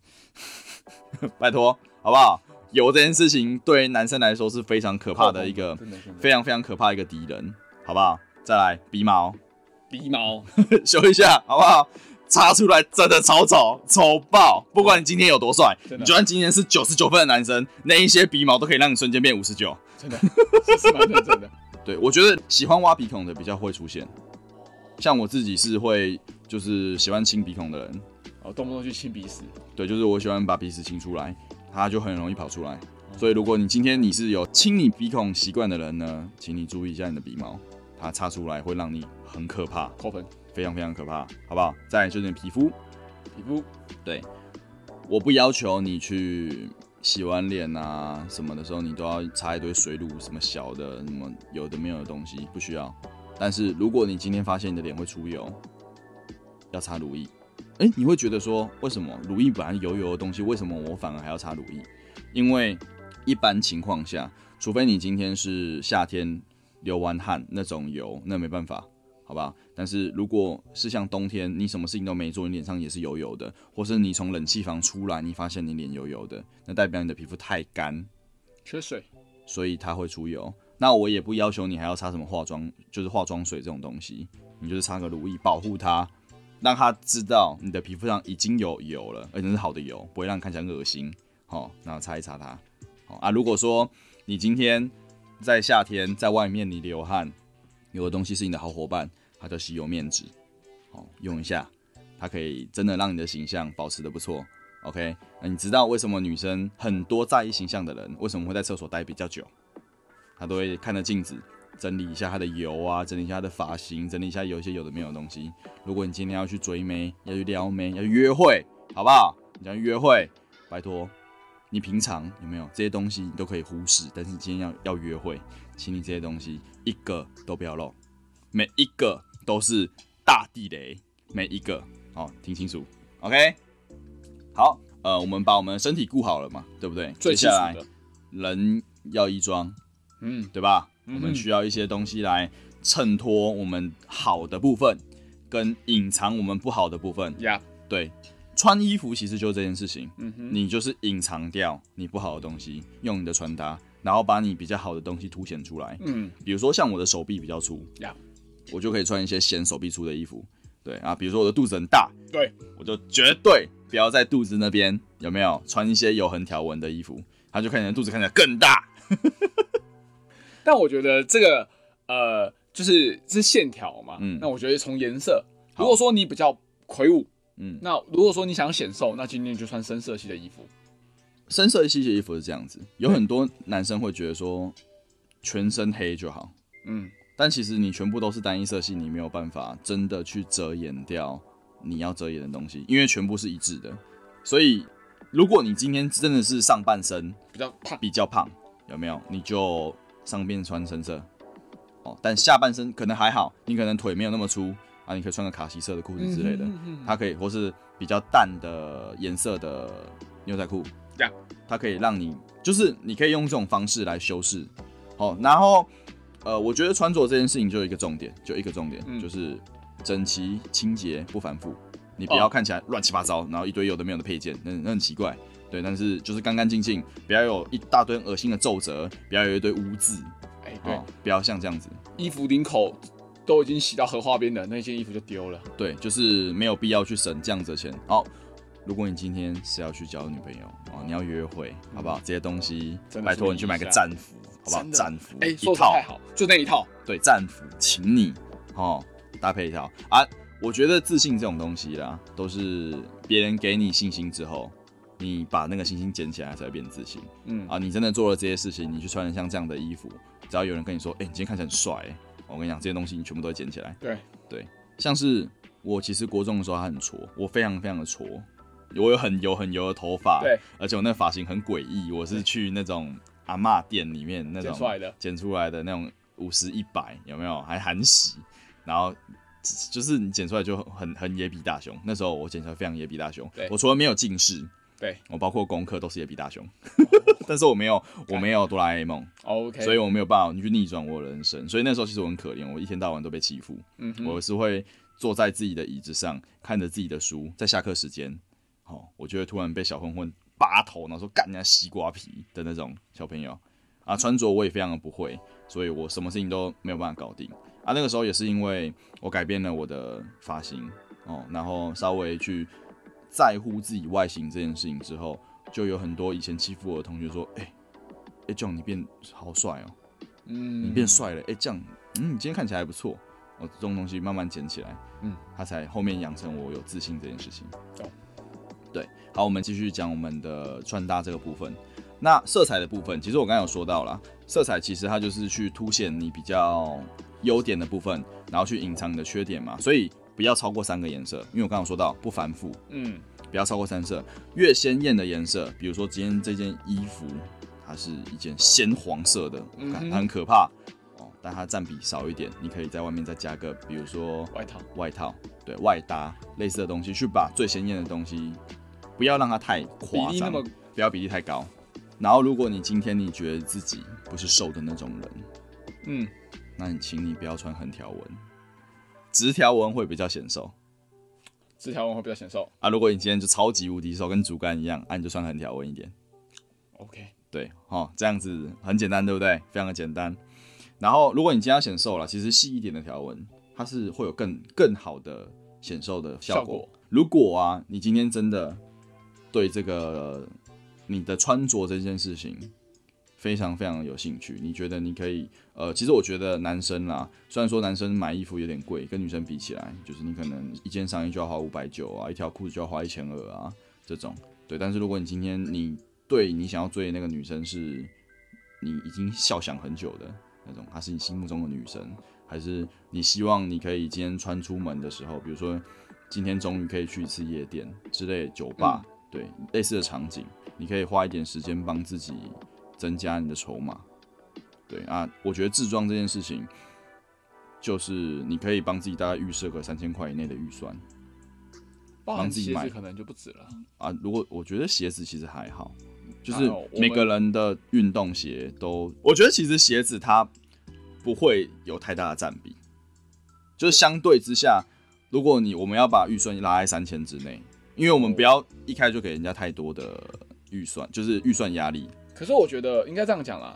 S1: 拜托，好不好？油这件事情对男生来说是非常可怕的一个，
S2: 哦真的真的
S1: 非常非常可怕的一个敌人，好不好？再来鼻毛，
S2: 鼻毛，
S1: 修一下，好不好？擦出来真的超丑，丑爆！不管你今天有多帅，
S2: 真的
S1: 你就算今天是九十九分的男生，那一些鼻毛都可以让你瞬间变五十九。
S2: 真的是是蛮认真的。
S1: 对，我觉得喜欢挖鼻孔的比较会出现，像我自己是会就是喜欢清鼻孔的人，
S2: 哦，动不动就亲鼻屎，
S1: 对，就是我喜欢把鼻屎清出来，它就很容易跑出来。所以如果你今天你是有清理鼻孔习惯的人呢，请你注意一下你的鼻毛，它擦出来会让你很可怕，
S2: 扣分。
S1: 非常非常可怕，好不好？再来就是你的皮肤，
S2: 皮肤
S1: 我不要求你去洗完脸啊什么的时候，你都要擦一堆水乳，什么小的，什么有的没有的东西，不需要。但是如果你今天发现你的脸会出油，要擦乳液，哎、你会觉得说为什么乳液本来油油的东西，为什么我反而还要擦乳液？因为一般情况下，除非你今天是夏天流完汗那种油，那没办法，好吧？但是如果是像冬天，你什么事情都没做，你脸上也是油油的，或是你从冷气房出来，你发现你脸油油的，那代表你的皮肤太干，
S2: 缺水，
S1: 所以它会出油。那我也不要求你还要擦什么化妆，就是化妆水这种东西，你就是擦个乳液保护它，让它知道你的皮肤上已经有油了，而且是好的油，不会让你看起来很恶心。好、然后擦一擦它。好、啊，如果说你今天在夏天在外面你流汗，有的东西是你的好伙伴，它叫吸油面纸，好、用一下，它可以真的让你的形象保持的不错。OK，那呃你知道为什么女生很多在意形象的人，为什么会在厕所待比较久？她都会看着镜子，整理一下她的油啊，整理一下她的发型，整理一下有一些有的没有的东西。如果你今天要去追妹，要去撩妹，要去约会，好不好？你要去约会，拜托，你平常有没有这些东西你都可以忽视，但是你今天要要约会，请你这些东西一个都不要漏，每一个都是大地雷，每一个哦，听清楚，OK？好，呃，我们把我们的身体顾好了嘛，对不对？
S2: 最
S1: 接
S2: 基
S1: 下
S2: 础
S1: 来
S2: 的。
S1: 人要衣装，
S2: 嗯，
S1: 对吧？
S2: 嗯哼
S1: 我们需要一些东西来衬托我们好的部分，跟隐藏我们不好的部分。
S2: 呀，
S1: 对，穿衣服其实就是这件事情，
S2: 嗯哼，
S1: 你就是隐藏掉你不好的东西，用你的穿搭，然后把你比较好的东西凸显出来。
S2: 嗯，
S1: 比如说像我的手臂比较粗
S2: 呀
S1: 我就可以穿一些显手臂粗的衣服。对啊，比如说我的肚子很大，
S2: 对，
S1: 我就绝对不要在肚子那边有没有穿一些有横条纹的衣服，它就看起来肚子看起来更大。
S2: 但我觉得这个呃，就是是线条嘛，
S1: 嗯
S2: 那我觉得从颜色，
S1: 好
S2: 如果说你比较魁梧，
S1: 嗯，
S2: 那如果说你想显瘦，那今天就穿深色系的衣服，
S1: 深色系的衣服是这样子，有
S2: 嗯
S1: 很多男生会觉得说全身黑就好，
S2: 嗯，
S1: 但其实你全部都是单一色系，你没有办法真的去遮掩掉你要遮掩的东西，因为全部是一致的。所以，如果你今天真的是上半身
S2: 比较胖，
S1: 比较胖，有没有？你就上边穿深色，哦，但下半身可能还好，你可能腿没有那么粗啊，你可以穿个卡其色的裤子之类的，
S2: 嗯哼哼哼
S1: 它可以或是比较淡的颜色的牛仔裤
S2: Yeah
S1: 它可以让你就是你可以用这种方式来修饰。好、然后呃，我觉得穿着这件事情就有一个重点，就一个重点、
S2: 嗯
S1: 就是整齐、清洁、不反复。你不要
S2: 哦
S1: 看起来乱七八糟，然后一堆有的没有的配件，那那很奇怪。对，但是就是干干净净，不要有一大堆恶心的皱褶，不要有一堆污渍，
S2: 哎，对
S1: 哦，，不要像这样子。
S2: 衣服领口都已经洗到荷花边了，那件衣服就丢了。
S1: 对，就是没有必要去省这样子的钱。哦，如果你今天是要去交女朋友哦，你要约会，好不好？这些东西
S2: 嗯真的，
S1: 拜
S2: 是
S1: 托你去买个战服，好不好？
S2: 真的
S1: 战服
S2: 哎、
S1: 一
S2: 说的
S1: 套
S2: 太，好，就那一套，
S1: 对，战服，请你哦搭配一套啊。我觉得自信这种东西啦，都是别人给你信心之后，你把那个信心捡起来才会变自信。
S2: 嗯
S1: 啊，你真的做了这些事情，你去穿成像这样的衣服，只要有人跟你说，哎、你今天看起来很帅、欸，我跟你讲，这些东西你全部都会捡起来。
S2: 对，
S1: 像是我其实国中的时候还很挫，我非常非常的挫，我有很油很油的头发，
S2: 对，
S1: 而且我那发型很诡异，我是去那种阿嬷店里面那种
S2: 剪出来的
S1: 剪出来的那种五十一百有没有，还含洗，然后。就是你剪出来就很很很野比大雄，那时候我剪出来非常野比大雄
S2: 对。
S1: 我除了没有近视，
S2: 对哦
S1: 我包括功课都是野比大雄， 但是我没有我没有哆啦 A 梦，
S2: ，OK，
S1: 所以我没有办法去逆转我的人生。所以那时候其实我很可怜，我一天到晚都被欺负。
S2: 嗯哼
S1: 我是会坐在自己的椅子上，看着自己的书，在下课时间，好、我就会突然被小混混扒头，然后说干人家西瓜皮的那种小朋友啊，穿着我也非常的不会，所以我什么事情都没有办法搞定啊。那个时候也是因为我改变了我的发型哦，然后稍微去在乎自己外形这件事情之后，就有很多以前欺负我的同学说，哎、哎、j o h n 你变好帅哦，
S2: 嗯
S1: 你变帅了，哎、这样，嗯，你今天看起来还不错。哦，这种东西慢慢捡起来，
S2: 嗯，
S1: 他才后面养成我有自信这件事情。
S2: 懂
S1: 对，好，我们继续讲我们的穿搭这个部分。那色彩的部分，其实我刚才有说到啦，色彩其实它就是去凸显你比较优点的部分，然后去隐藏你的缺点嘛。所以不要超过三个颜色，因为我刚刚有说到不繁复，
S2: 嗯
S1: 不要超过三色。越鲜艳的颜色，比如说今天这件衣服，它是一件鲜黄色的，
S2: 嗯哼
S1: 看它很可怕哦，但它占比少一点，你可以在外面再加个，比如说
S2: 外套
S1: 外套，对外搭类似的东西，去把最鲜艳的东西，不要让它太
S2: 比
S1: 夸
S2: 例那
S1: 张
S2: 么，
S1: 不要比例太高。然后，如果你今天你觉得自己不是瘦的那种人，
S2: 嗯
S1: 那你请你不要穿横条纹，直条纹会比较显瘦。
S2: 这条纹会比较显瘦
S1: 啊，如果你今天就超级无敌瘦，跟竹竿一样，啊，你就穿横条纹一点，
S2: ，OK，
S1: 对，哦，这样子很简单，对不对？非常的简单。然后，如果你今天要显瘦了，其实细一点的条纹，它是会有更更好的显瘦的效
S2: 效
S1: 果。
S2: 果
S1: 如果啊，你今天真的对这个你的穿着这件事情非常非常有兴趣，你觉得你可以呃，其实我觉得男生啦，虽然说男生买衣服有点贵，跟女生比起来，就是你可能一件上衣就要花五百九啊，一条裤子就要花一千二啊，这种对。但是如果你今天你对你想要追的那个女生是你已经笑想很久的那种，她是你心目中的女神，还是你希望你可以今天穿出门的时候，比如说今天终于可以去一次夜店之类的酒吧，对类似的场景，你可以花一点时间帮自己增加你的筹码。对啊，我觉得自装这件事情，就是你可以帮自己大概预设个三千块以内的预算
S2: 包含
S1: 帮自己
S2: 鞋
S1: 买
S2: 子可能就不止了，
S1: 啊。如果我觉得鞋子其实还好，就
S2: 还
S1: 是
S2: 好我们
S1: 每个人的运动鞋都，我觉得其实鞋子它不会有太大的占比，就是相对之下，如果你我们要把预算拉在三千之内，因为我们
S2: 哦
S1: 不要一开始就给人家太多的预算，就是预算压力。
S2: 可是我觉得应该这样讲啦，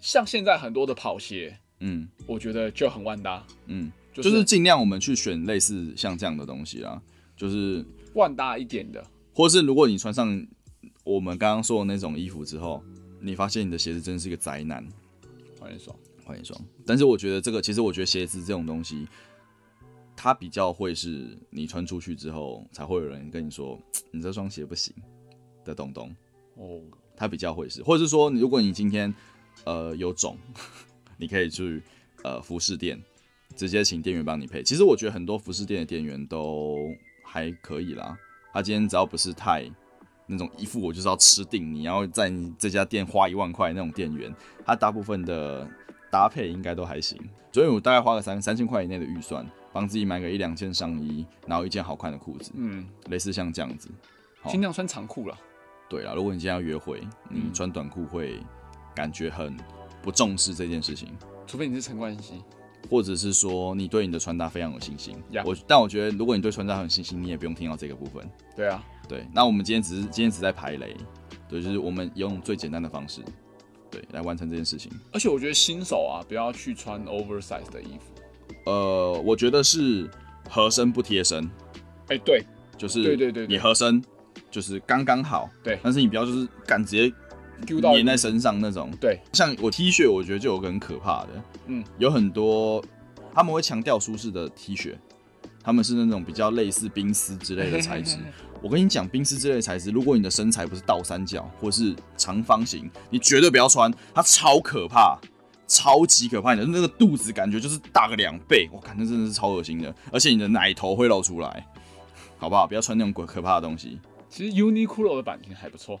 S2: 像现在很多的跑鞋，
S1: 嗯
S2: 我觉得就很万搭，
S1: 嗯，
S2: 就
S1: 就是尽量我们去选类似像这样的东西啦，就是
S2: 万搭一点的，
S1: 或是如果你穿上我们刚刚说的那种衣服之后，你发现你的鞋子真是一个宅男，
S2: 很爽。
S1: 换一双。但是我觉得这个，其实我觉得鞋子这种东西，它比较会是你穿出去之后，才会有人跟你说嘖你这双鞋不行的东东，
S2: 哦，
S1: 它比较会是，或者是说，如果你今天呃有种， 你可以去呃服饰店直接请店员帮你配。其实我觉得很多服饰店的店员都还可以啦，他今天只要不是太那种一副我就是要吃定你，然后在你这家店花一万块那种店员，他大部分的搭配应该都还行。所以我大概花个三三千块以内的预算，帮自己买个一两件上衣，然后一件好看的裤子，
S2: 嗯，
S1: 类似像这样子。好
S2: 尽量穿长裤啦。
S1: 对啦，如果你今天要约会，
S2: 嗯
S1: 你穿短裤会感觉很不重视这件事情，
S2: 除非你是陈冠希，
S1: 或者是说你对你的穿搭非常有信心。
S2: Yeah
S1: 我但我觉得，如果你对穿搭很有信心，你也不用听到这个部分。
S2: 对啊，
S1: 对，那我们今天只是今天只是在排雷，对，就是我们用最简单的方式，对，来完成这件事情。
S2: 而且我觉得新手啊，不要去穿 oversize 的衣服。
S1: 呃，我觉得是合身不贴身，
S2: 哎、对，
S1: 就是
S2: 对对对对
S1: 你合身就是刚刚好，
S2: 对
S1: 但是你不要就是敢直接
S2: 丢到
S1: 粘在身上那种。
S2: 对，
S1: 像我 T 恤，我觉得就有个很可怕的，
S2: 嗯，
S1: 有很多他们会强调舒适的 T 恤，他们是那种比较类似冰丝之类的材质。我跟你讲，冰丝之类的材质，如果你的身材不是倒三角或是长方形，你绝对不要穿，它超可怕，超级可怕，你的那个肚子感觉就是大个两倍，我看那真的是超恶心的，而且你的奶头会露出来，好不好？不要穿那种鬼可怕的东西，
S2: 其实 Uniqlo 的版型还不错，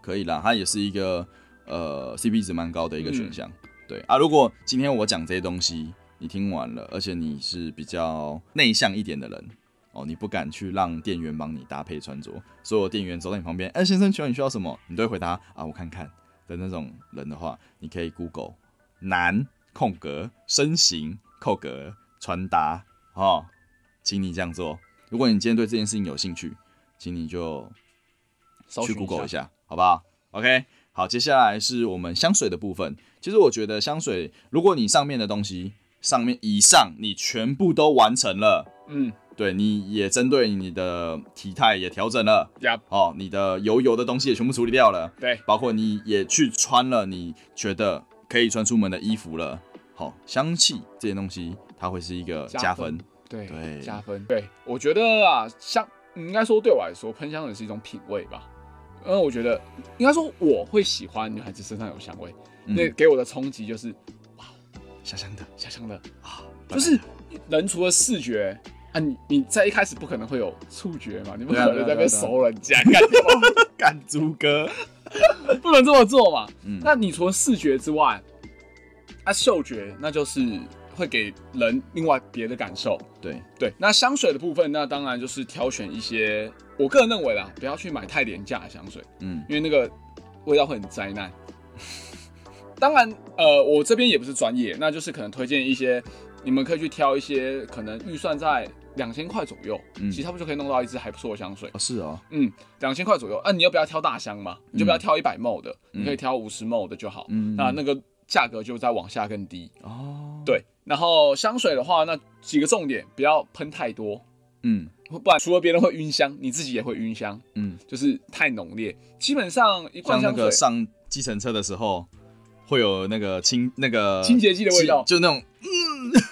S1: 可以啦，它也是一个呃 CP 值蛮高的一个选项。对啊，如果今天我讲这些东西，你听完了，而且你是比较内向一点的人。哦，你不敢去让店员帮你搭配穿着，所有店员走到你旁边，哎、先生，请问你需要什么？你都会回答啊，我看看的那种人的话，你可以 Google 男空格身形空格穿搭哦，请你这样做。如果你今天对这件事情有兴趣，请你就
S2: 搜
S1: 去
S2: 寻
S1: Google 一下，好不好？OK，好，接下来是我们香水的部分。其实我觉得香水，如果你上面的东西上面以上你全部都完成了，
S2: 嗯，
S1: 对，你也针对你的体态也调整了，
S2: 呀、
S1: 哦，你的油油的东西也全部处理掉了，
S2: 对，
S1: 包括你也去穿了你觉得可以穿出门的衣服了。好、香气这些东西，它会是一个加
S2: 加分
S1: 分。
S2: 对，
S1: 对
S2: 加分。对，我觉得啊，香嗯应该说对我来说，喷香水是一种品味吧。因为我觉得，应该说我会喜欢女孩子身上有香味，
S1: 嗯
S2: 那给我的冲击就是
S1: 香香的，
S2: 香香的，啊
S1: 本来
S2: 就是人除了视觉啊，你你在一开始不可能会有触觉嘛，你不
S1: 对啊
S2: 可
S1: 对啊
S2: 能在
S1: 对
S2: 被
S1: 啊对啊
S2: 熟人家，干你妈
S1: 干猪哥，
S2: 不 能这么做嘛。
S1: 嗯
S2: 那你除了视觉之外，啊，嗅觉那就是会给人另外别的感受。
S1: 对，
S2: 对，那香水的部分，那当然就是挑选一些，我个人认为啦，不要去买太廉价的香水，
S1: 嗯
S2: 因为那个味道会很灾难。 当然，呃，我这边也不是专业，那就是可能推荐一些，你们可以去挑一些，可能预算在两千块左右，
S1: 嗯
S2: 其实他们就可以弄到一支还不错的香水。
S1: 哦是哦，
S2: 嗯，两千块左右。啊，你要不要挑大箱嘛？你就不要挑一百 ml 的，你可以挑五十 ml 的就好。
S1: 嗯
S2: 啊那那个价格就再往下更低。
S1: 哦，
S2: 对，然后香水的话，那几个重点，不要喷太多，
S1: 嗯
S2: 不然除了别人会晕香，你自己也会晕香，
S1: 嗯，
S2: 就是太浓烈。基本上一罐
S1: 像那
S2: 香水
S1: 个，上计程车的时候，会有那个清那个
S2: 清洁剂的味道
S1: 清就那种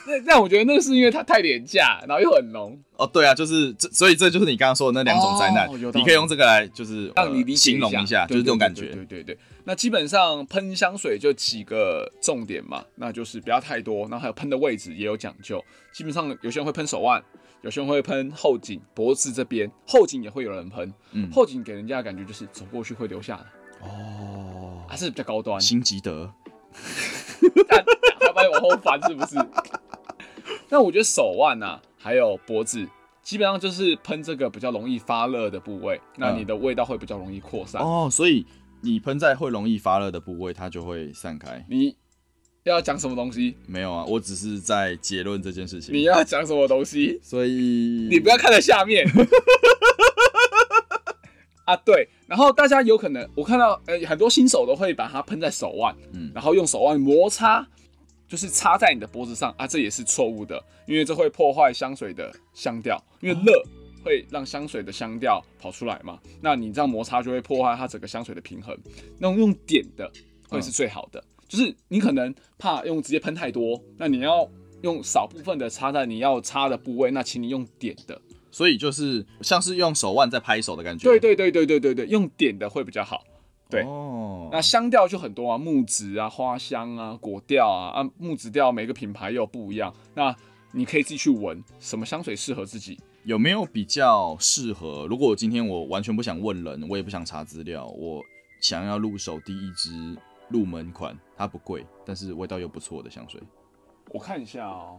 S2: 那那我觉得那是因为它太廉价，然后又很浓，
S1: 哦，对啊，就是这，所以这就是你刚刚说的那两种灾难，
S2: 哦有道理
S1: 你可以用这个来就是
S2: 让你理
S1: 呃
S2: 解
S1: 形容一下，就
S2: 对
S1: 是这种
S2: 对
S1: 感
S2: 对
S1: 觉。
S2: 对对对对。那基本上喷香水就几个重点嘛，那就是不要太多，然后还有喷的位置也有讲究。基本上有些人会喷手腕，有些人会喷后颈、脖子这边，后颈也会有人喷。
S1: 嗯
S2: 后颈给人家的感觉就是走过去会留下的，
S1: 哦，
S2: 还是比较高端，
S1: 心吉德，
S2: 他把你往后翻是不 是？那我觉得手腕啊，还有脖子。基本上就是喷这个比较容易发热的部位，那
S1: 嗯
S2: 你的味道会比较容易扩散。
S1: 哦，所以你喷在会容易发热的部位，它就会散开。
S2: 你要讲什么东西？
S1: 没有啊，我只是在结论这件事
S2: 你
S1: 情。
S2: 要讲什么东西？
S1: 所以
S2: 你不要看在下面。 啊，对，然后大家有可能，我看到呃很多新手都会把它喷在手腕，
S1: 嗯
S2: 然后用手腕摩擦，就是插在你的脖子上啊，这也是错误的，因为这会破坏香水的香调，因为热会让香水的香调跑出来嘛，那你这样摩擦就会破坏它整个香水的平衡，那种用点的会是最好的，就是你可能怕用直接喷太多，那你要用少部分的插在你要插的部位，那请你用点的，
S1: 所以就是像是用手腕在拍手的感觉。
S2: 对对对对对对对，用点的会比较好。对
S1: 哦，
S2: 那香调就很多啊，木质啊、花香啊、果调啊，啊，木质调每个品牌又不一样，那你可以自己去闻什么香水适合自己。
S1: 有没有比较适合？如果我今天我完全不想问人，我也不想查资料，我想要入手第一支入门款，它不贵，但是味道又不错的香水。
S2: 我看一下哦，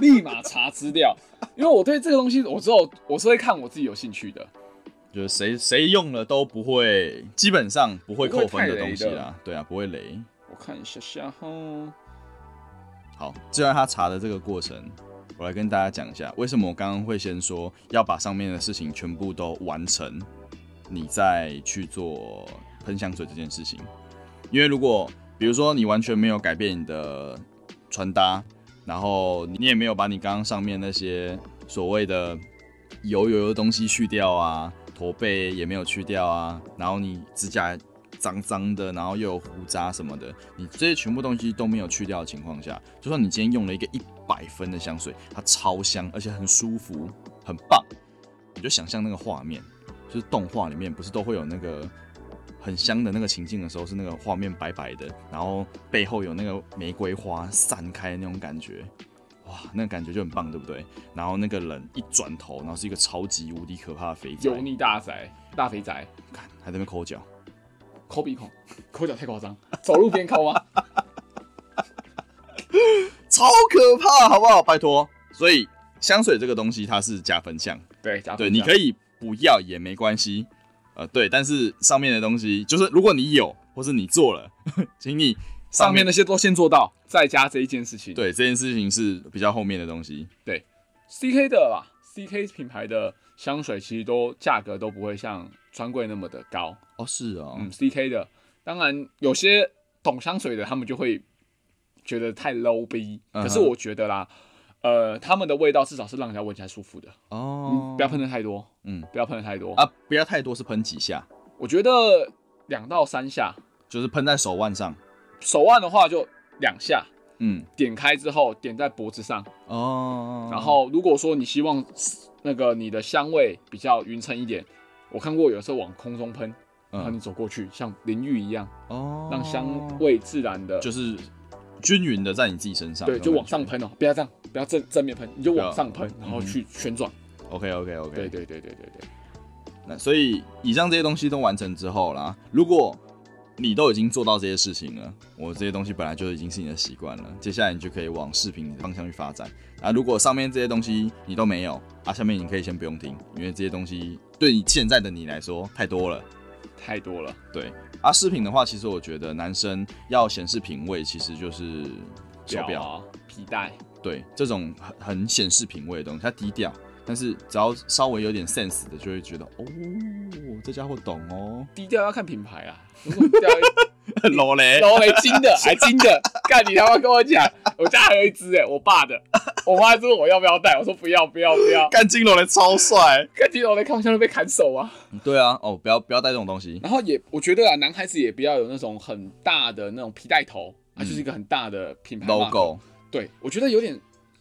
S2: 立马查资料，因为我对这个东西，我之后我是会看我自己有兴趣的。
S1: 就是谁谁用了都不会，基本上不会扣分的东西
S2: 不会太雷
S1: 啦
S2: 的。
S1: 对啊，不会雷。
S2: 我看一下下哦，
S1: 好，就在他查的这个过程，我来跟大家讲一下，为什么我刚刚会先说要把上面的事情全部都完成，你再去做喷香水这件事情。因为如果比如说你完全没有改变你的穿搭，然后你也没有把你刚刚上面那些所谓的油油的东西去掉啊，驼背也没有去掉啊，然后你指甲脏脏的，然后又有胡渣什么的，你这些全部东西都没有去掉的情况下，就算你今天用了一个一百分的香水，它超香，而且很舒服，很棒，你就想象那个画面，就是动画里面不是都会有那个很香的那个情境的时候，是那个画面白白的，然后背后有那个玫瑰花散开的那种感觉，哇，那个感觉就很棒，对不对？然后那个人一转头，然后是一个超级无敌可怕的肥仔，
S2: 油腻大宅大肥宅，
S1: 干还在那边抠脚，
S2: 抠鼻孔，抠脚太夸张，走路边抠啊，
S1: 超可怕，好不好？拜托。所以香水这个东西它是加分项，
S2: 对，加分
S1: 对，你
S2: 项
S1: 可以不要也没关系，呃，对，但是上面的东西就是如果你有或是你做了， 请你
S2: 上面那些都先做到，再加这一件事情。
S1: 对这件事情是比较后面的东西，
S2: CK 的啦，CK 品牌的香水其实都价格都不会像专柜那么的高。
S1: 哦，是哦，
S2: 嗯，CK 的，当然有些懂香水的他们就会觉得太 low 逼，
S1: 嗯哼
S2: 可是我觉得啦，呃，他们的味道至少是让人家闻起来舒服的，
S1: 哦，
S2: 嗯不要喷的太多，
S1: 嗯
S2: 不要喷的太多。
S1: 啊，不要太多，是喷几下，
S2: 我觉得两到三下，
S1: 就是喷在手腕上，
S2: 手腕的话就两下，
S1: 嗯，
S2: 点开之后点在脖子上，
S1: 哦，
S2: 然后如果说你希望呃那个你的香味比较匀称一点，我看过有时候往空中喷，然后你
S1: 嗯，
S2: 走过去像淋浴一样，
S1: 哦，
S2: 让香味自然的，
S1: 就是均匀的在你自己身上，
S2: 对，就往上喷哦，不要这样，不要正正面喷，你就
S1: 不要
S2: 往上喷，然后
S1: 嗯哼
S2: 去旋转。
S1: ，OK OK OK，
S2: 对对对对对对，
S1: 那所以以上这些东西都完成之后啦，如果你都已经做到这些事情了，我这些东西本来就已经是你的习惯了，接下来你就可以往饰品的方向去发展。啊，如果上面这些东西你都没有，啊，下面你可以先不用听，因为这些东西对你现在的你来说太多了。
S2: 太多了，
S1: 对，啊，饰品的话，其实我觉得男生要显示品味，其实就是手表，
S2: 啊、皮带，
S1: 对，这种很很显示品味的东西，它低调，但是只要稍微有点 sense 的，就会觉得哦，这家伙懂哦。
S2: 低调要看品牌啊。 如果你掉一
S1: 老雷，
S2: 然后还金的，还金 的，干你他妈跟我讲，我家还有一只哎、我爸的，我妈说我要不要戴，我说不要不要不要，
S1: 干金老雷超帅。
S2: 看金龙的看像会被砍手啊。
S1: 对啊，哦，不要不要带这种东西。
S2: 然后也我觉得啊，男孩子也不要有那种很大的那种皮带头，啊，就是一个很大的品牌
S1: 嗯 logo，
S2: 对，我觉得有点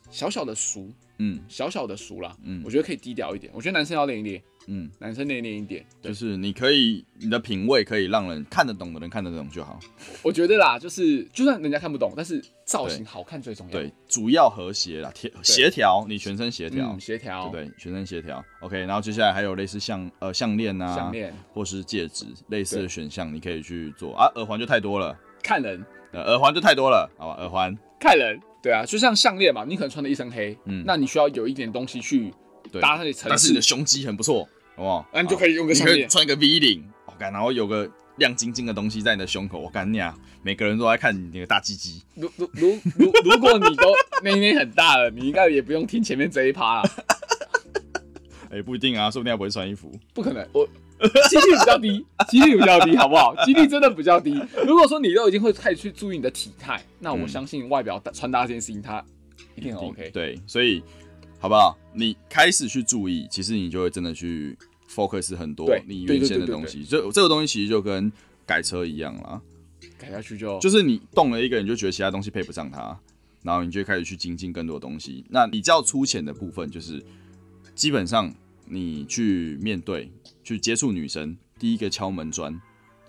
S2: 小小的俗，
S1: 嗯
S2: 小小的俗啦。
S1: 嗯
S2: 我觉得可以低调一点。我觉得男生要练一练，
S1: 嗯，
S2: 男生练一练一点。对，
S1: 就是你可以你的品味可以让人看得懂的人看得懂就好。
S2: 我觉得啦，就是就算人家看不懂，但是造型
S1: 对
S2: 好看最重要。
S1: 对，主要和谐啦，协协调，你全身协调
S2: 嗯，，协调，
S1: 对不，对？全身协调。OK，然后接下来还有类似项呃项链啊，
S2: 项链
S1: 或是戒指类似的
S2: 对
S1: 选项，你可以去做啊。耳环就太多了，
S2: 看人，
S1: 呃，耳环就太多了，好吧？耳环，
S2: 看人。对啊，就像项链嘛，你可能穿的一身黑，
S1: 嗯
S2: 那你需要有一点东西去
S1: 对
S2: 搭配层
S1: 但是你
S2: 次
S1: 的，胸肌很不错，好不好？
S2: 那你
S1: 啊
S2: 就可以用个
S1: 你
S2: 项
S1: 可以
S2: 链。
S1: 穿一个 V 领，我干，然后有个亮晶晶的东西在你的胸口，我干你啊！每个人都在看你那个大鸡鸡，
S2: 如如如 如，如果你都那一天很大了，你应该也不用听前面这一趴啦，
S1: 哎、不一定啊，说不定他不会穿衣服。
S2: 不可能，我几率比较低， 几率比较低，好不好？几率真的比较低。如果说你都已经会开始去注意你的体态，那我
S1: 嗯
S2: 相信外表穿搭这件事情，它一定很啊 OK。
S1: 对，所以好不好？你开始去注意，其实你就会真的去 focus 很多
S2: 对
S1: 你
S2: 对
S1: 原
S2: 对
S1: 先的
S2: 对对
S1: 东西。这这个东西其实就跟改车一样啦，
S2: 改下去就
S1: 就是你动了一个，你就觉得其他东西配不上它，然后你就开始去精进更多东西。那比较粗浅的部分就是，基本上你去面对、去接触女生，第一个敲门砖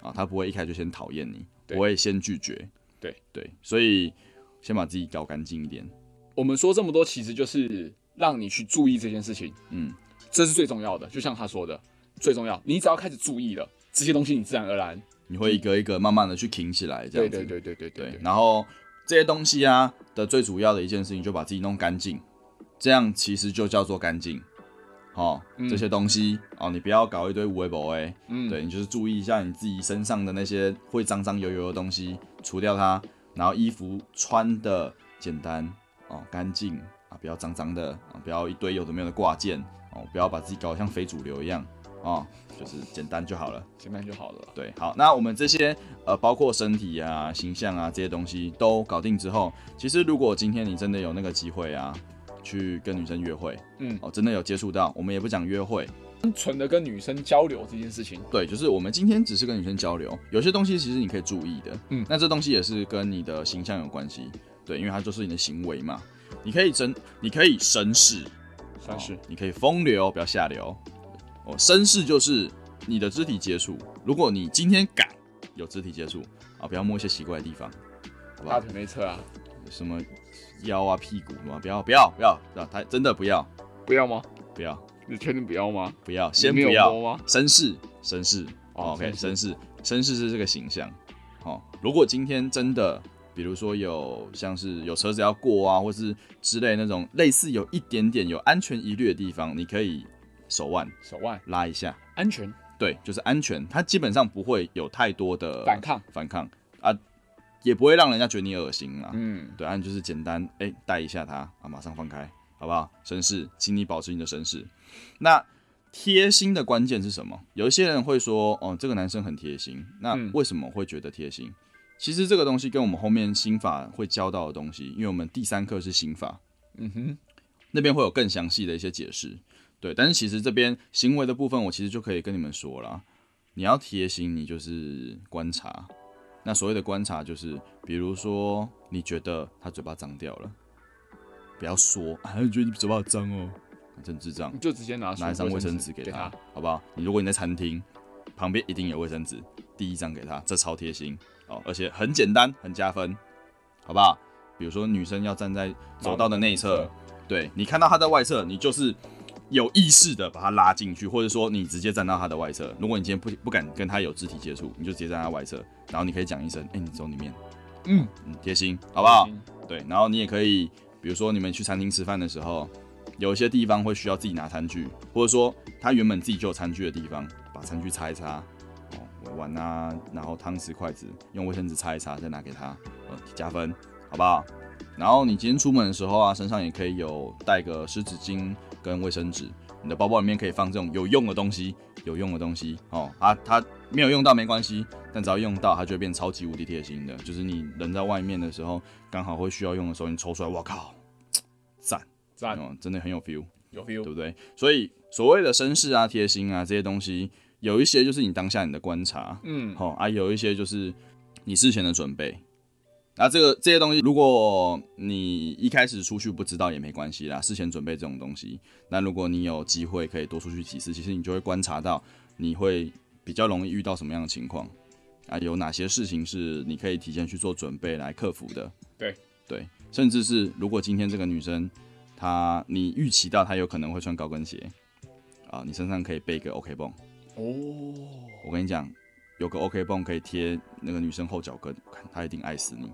S1: 啊，她不会一开始就先讨厌你，
S2: 对
S1: 不会先拒绝。
S2: 对
S1: 对，所以先把自己搞干净一点。
S2: 我们说这么多，其实就是让你去注意这件事情，
S1: 嗯，
S2: 这是最重要的。就像他说的，最重要，你只要开始注意了这些东西，你自然而然，
S1: 你会一个一个慢慢的去挺起来，这
S2: 嗯对
S1: 样子。
S2: 对对对对对
S1: 对
S2: 对，
S1: 然后这些东西啊的最主要的一件事情，就把自己弄干净，这样其实就叫做干净。哦，
S2: 嗯
S1: 这些东西哦，你不要搞一堆无为不为，
S2: 嗯，
S1: 对你就是注意一下你自己身上的那些会脏脏油油的东西，除掉它，然后衣服穿的简单哦，干净啊，不要脏脏的啊，不要一堆有的没有的挂件哦，不要把自己搞得像非主流一样哦，就是简单就好了。
S2: 简单就好了。
S1: 对，好，那我们这些呃，包括身体啊、形象啊这些东西都搞定之后，其实如果今天你真的有那个机会啊，去跟女生约会，
S2: 嗯
S1: 哦，真的有接触到，我们也不讲约会，
S2: 单纯的跟女生交流这件事情，
S1: 对，就是我们今天只是跟女生交流，有些东西其实你可以注意的，
S2: 嗯
S1: 那这东西也是跟你的形象有关系，对，因为它就是你的行为嘛，你可以真，你可以绅士，
S2: 算是
S1: 哦你可以风流，不要下流，哦，绅士就是你的肢体接触，如果你今天敢有肢体接触啊，不要摸一些奇怪的地方，好不
S2: 大
S1: 好？
S2: 腿内侧啊，
S1: 什么腰啊、屁股什么，不要不要不要，啊，他真的不要
S2: 不要吗？
S1: 不要
S2: 你确定不要吗？
S1: 不要，先
S2: 你
S1: 不
S2: 没有
S1: 要
S2: 摸吗？
S1: 绅士绅士、哦、
S2: 哦
S1: ，OK，
S2: 绅
S1: 绅士绅士是这个形象。哦，如果今天真的，比如说有像是有车子要过啊，或是之类那种类似有一点点有安全疑虑的地方，你可以手腕
S2: 手腕
S1: 拉一下，
S2: 安全
S1: 对，就是安全，它基本上不会有太多的
S2: 反抗，
S1: 反抗啊，也不会让人家觉得你恶心啊。
S2: 嗯，
S1: 对，啊，你就是简单哎带、一下它啊，马上放开，好不好？绅士，请你保持你的绅士。那贴心的关键是什么？有一些人会说，哦，这个男生很贴心。那
S2: 嗯
S1: 为什么会觉得贴心？其实这个东西跟我们后面心法会教到的东西，因为我们第三课是心法，
S2: 嗯哼，
S1: 那边会有更详细的一些解释。对，但是其实这边行为的部分，我其实就可以跟你们说了，你要贴心，你就是观察。那所谓的观察，就是比如说你觉得他嘴巴脏掉了，不要说， 啊，他觉得你嘴巴好脏哦，真智障
S2: 你，就直接拿出
S1: 拿一张卫生纸
S2: 纸
S1: 给
S2: 给
S1: 他，好不好？你如果你在餐厅旁边一定有卫生纸，第一张给他，这超贴心哦，而且很简单，很加分，好不好？比如说女生要站在走道的内侧，对你看到他在外侧，你就是有意识的把他拉进去，或者说你直接站到他的外侧。如果你今天不不敢跟他有肢体接触，你就直接站在他外侧，然后你可以讲一声：“哎、你走里面。”
S2: 嗯，
S1: 嗯，贴心，好不好
S2: 贴心？
S1: 对，然后你也可以，比如说你们去餐厅吃饭的时候，有一些地方会需要自己拿餐具，或者说他原本自己就有餐具的地方，把餐具擦一擦，哦，碗啊，然后汤匙、筷子，用卫生纸擦一擦，再拿给他，呃，加分，好不好？然后你今天出门的时候啊，身上也可以有带个湿纸巾跟卫生纸，你的包包里面可以放这种有用的东西，有用的东西哦。啊，它没有用到没关系，但只要用到，它就会变超级无敌贴心的。就是你人在外面的时候，刚好会需要用的时候，你抽出来，哇靠，赞，
S2: 赞
S1: 嗯，真的很有 feel。
S2: 有
S1: 对
S2: feel，
S1: 不对？所以所谓的绅士啊、贴心啊这些东西，有一些就是你当下你的观察，
S2: 嗯，
S1: 好、啊，有一些就是你事前的准备。那、这个这些东西，如果你一开始出去不知道也没关系啦，事前准备这种东西。那如果你有机会可以多出去几次，其实你就会观察到，你会比较容易遇到什么样的情况啊，有哪些事情是你可以提前去做准备来克服的。
S2: 对
S1: 对，甚至是如果今天这个女生她你预期到她有可能会穿高跟鞋啊，你身上可以备一个 OK 绷。
S2: 哦，
S1: 我跟你讲，有个 OK 绷可以贴那个女生后脚跟，看她一定爱死你，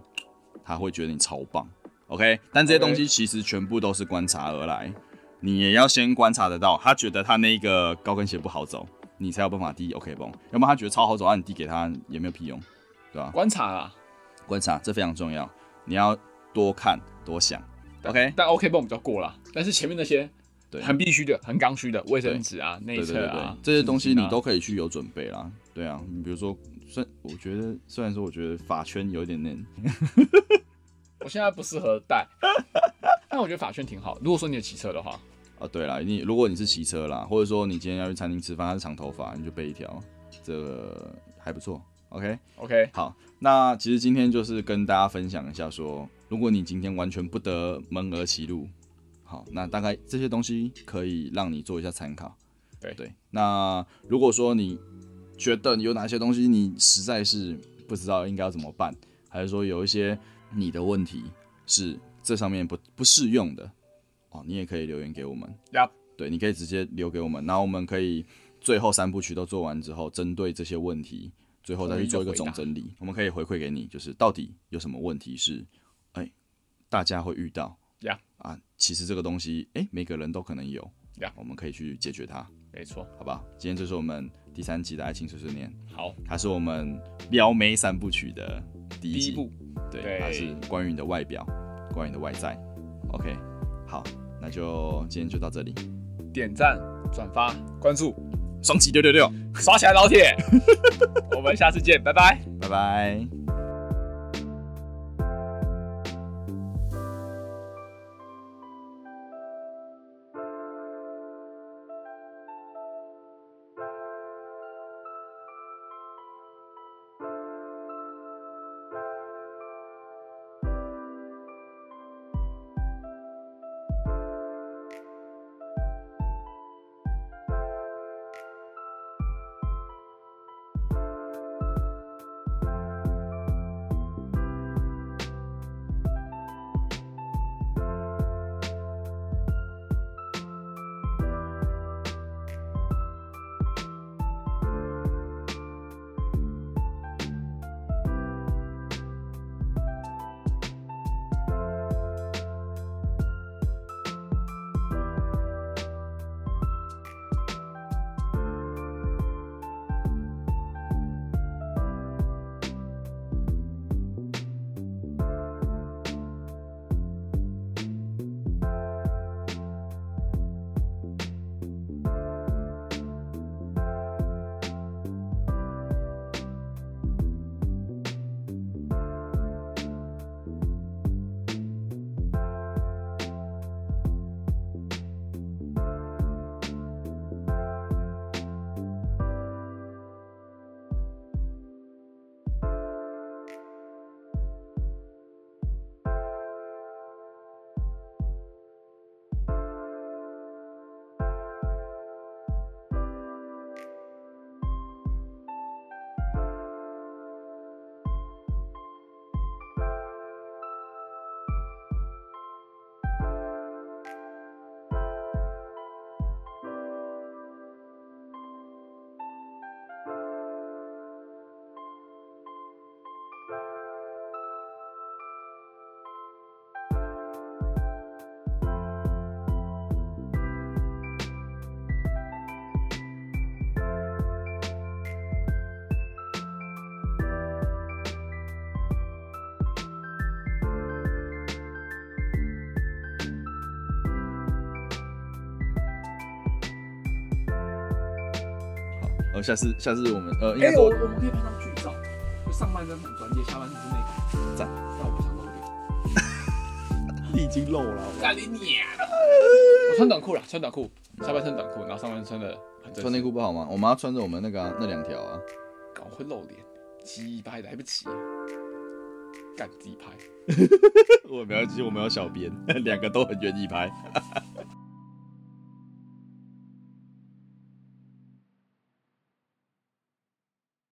S1: 她会觉得你超棒。OK，但这些
S2: OK
S1: 东西其实全部都是观察而来，你也要先观察得到，她觉得她那个高跟鞋不好走，你才有办法递 OK 绷，要不然她觉得超好走，啊，你递给她也没有屁用，对吧、
S2: 观察啦，
S1: 观察这非常重要，你要多看多想。OK，
S2: 但 OK 绷比较过啦，但是前面那些
S1: 对
S2: 很必须的、很刚需的卫生纸啊、内
S1: 对对
S2: 侧
S1: 对对
S2: 啊，
S1: 这些东西你
S2: 纸巾啊
S1: 都可以去有准备啦。对啊，你比如说，虽我觉得虽然说我觉得法圈有一点点
S2: 我现在不适合 戴，但我觉得法圈挺好。如果说你有骑车的话，
S1: 啊，对啦，你如果你是骑车啦，或者说你今天要去餐厅吃饭，他是长头发，你就备一条，这个还不错。OK，
S2: OK，
S1: 好，那其实今天就是跟大家分享一下说如果你今天完全不得门而歧路，好，那大概这些东西可以让你做一下参考。
S2: 对
S1: 对，那如果说你觉得有哪些东西你实在是不知道应该要怎么办，还是说有一些你的问题是这上面不不适用的，哦，你也可以留言给我们。
S2: Yup
S1: 对，你可以直接留给我们，然后我们可以最后三部曲都做完之后，针对这些问题，最后再去做一个总整理。我们可以回馈给你，就是到底有什么问题是，哎、大家会遇到
S2: Yeah
S1: 啊，其实这个东西，哎、每个人都可能有
S2: Yeah
S1: 我们可以去解决它，
S2: 没错，
S1: 好吧？今天这是我们第三集的爱情碎碎念，
S2: 好，
S1: 它是我们撩妹三部曲的第一
S2: 第
S1: 集，
S2: 一步，对
S1: 对，它是关于你的外表，关于你的外在。OK，好，那就今天就到这里，
S2: 点赞、转发、关注，
S1: 双击六六六，
S2: 刷起来，老 铁！我们下次见，拜拜。
S1: 拜拜。呃，下次下次我们呃，应
S2: 哎、
S1: 该
S2: 我
S1: 说
S2: 我们可以拍张剧照，就上半身很专业，下半身是那个
S1: 赞。
S2: 但我不想露脸，
S1: 你已经漏了，
S2: 干你娘！我穿短裤啦，穿短裤，下半身短裤，然后上半身穿的很正式
S1: 穿内，裤不好吗？我们要穿着我们那个啊、那两条 啊，
S2: 搞会露脸，鸡拍来不及，干自己拍。
S1: 我们要其实我们要小编，两个都很愿意拍。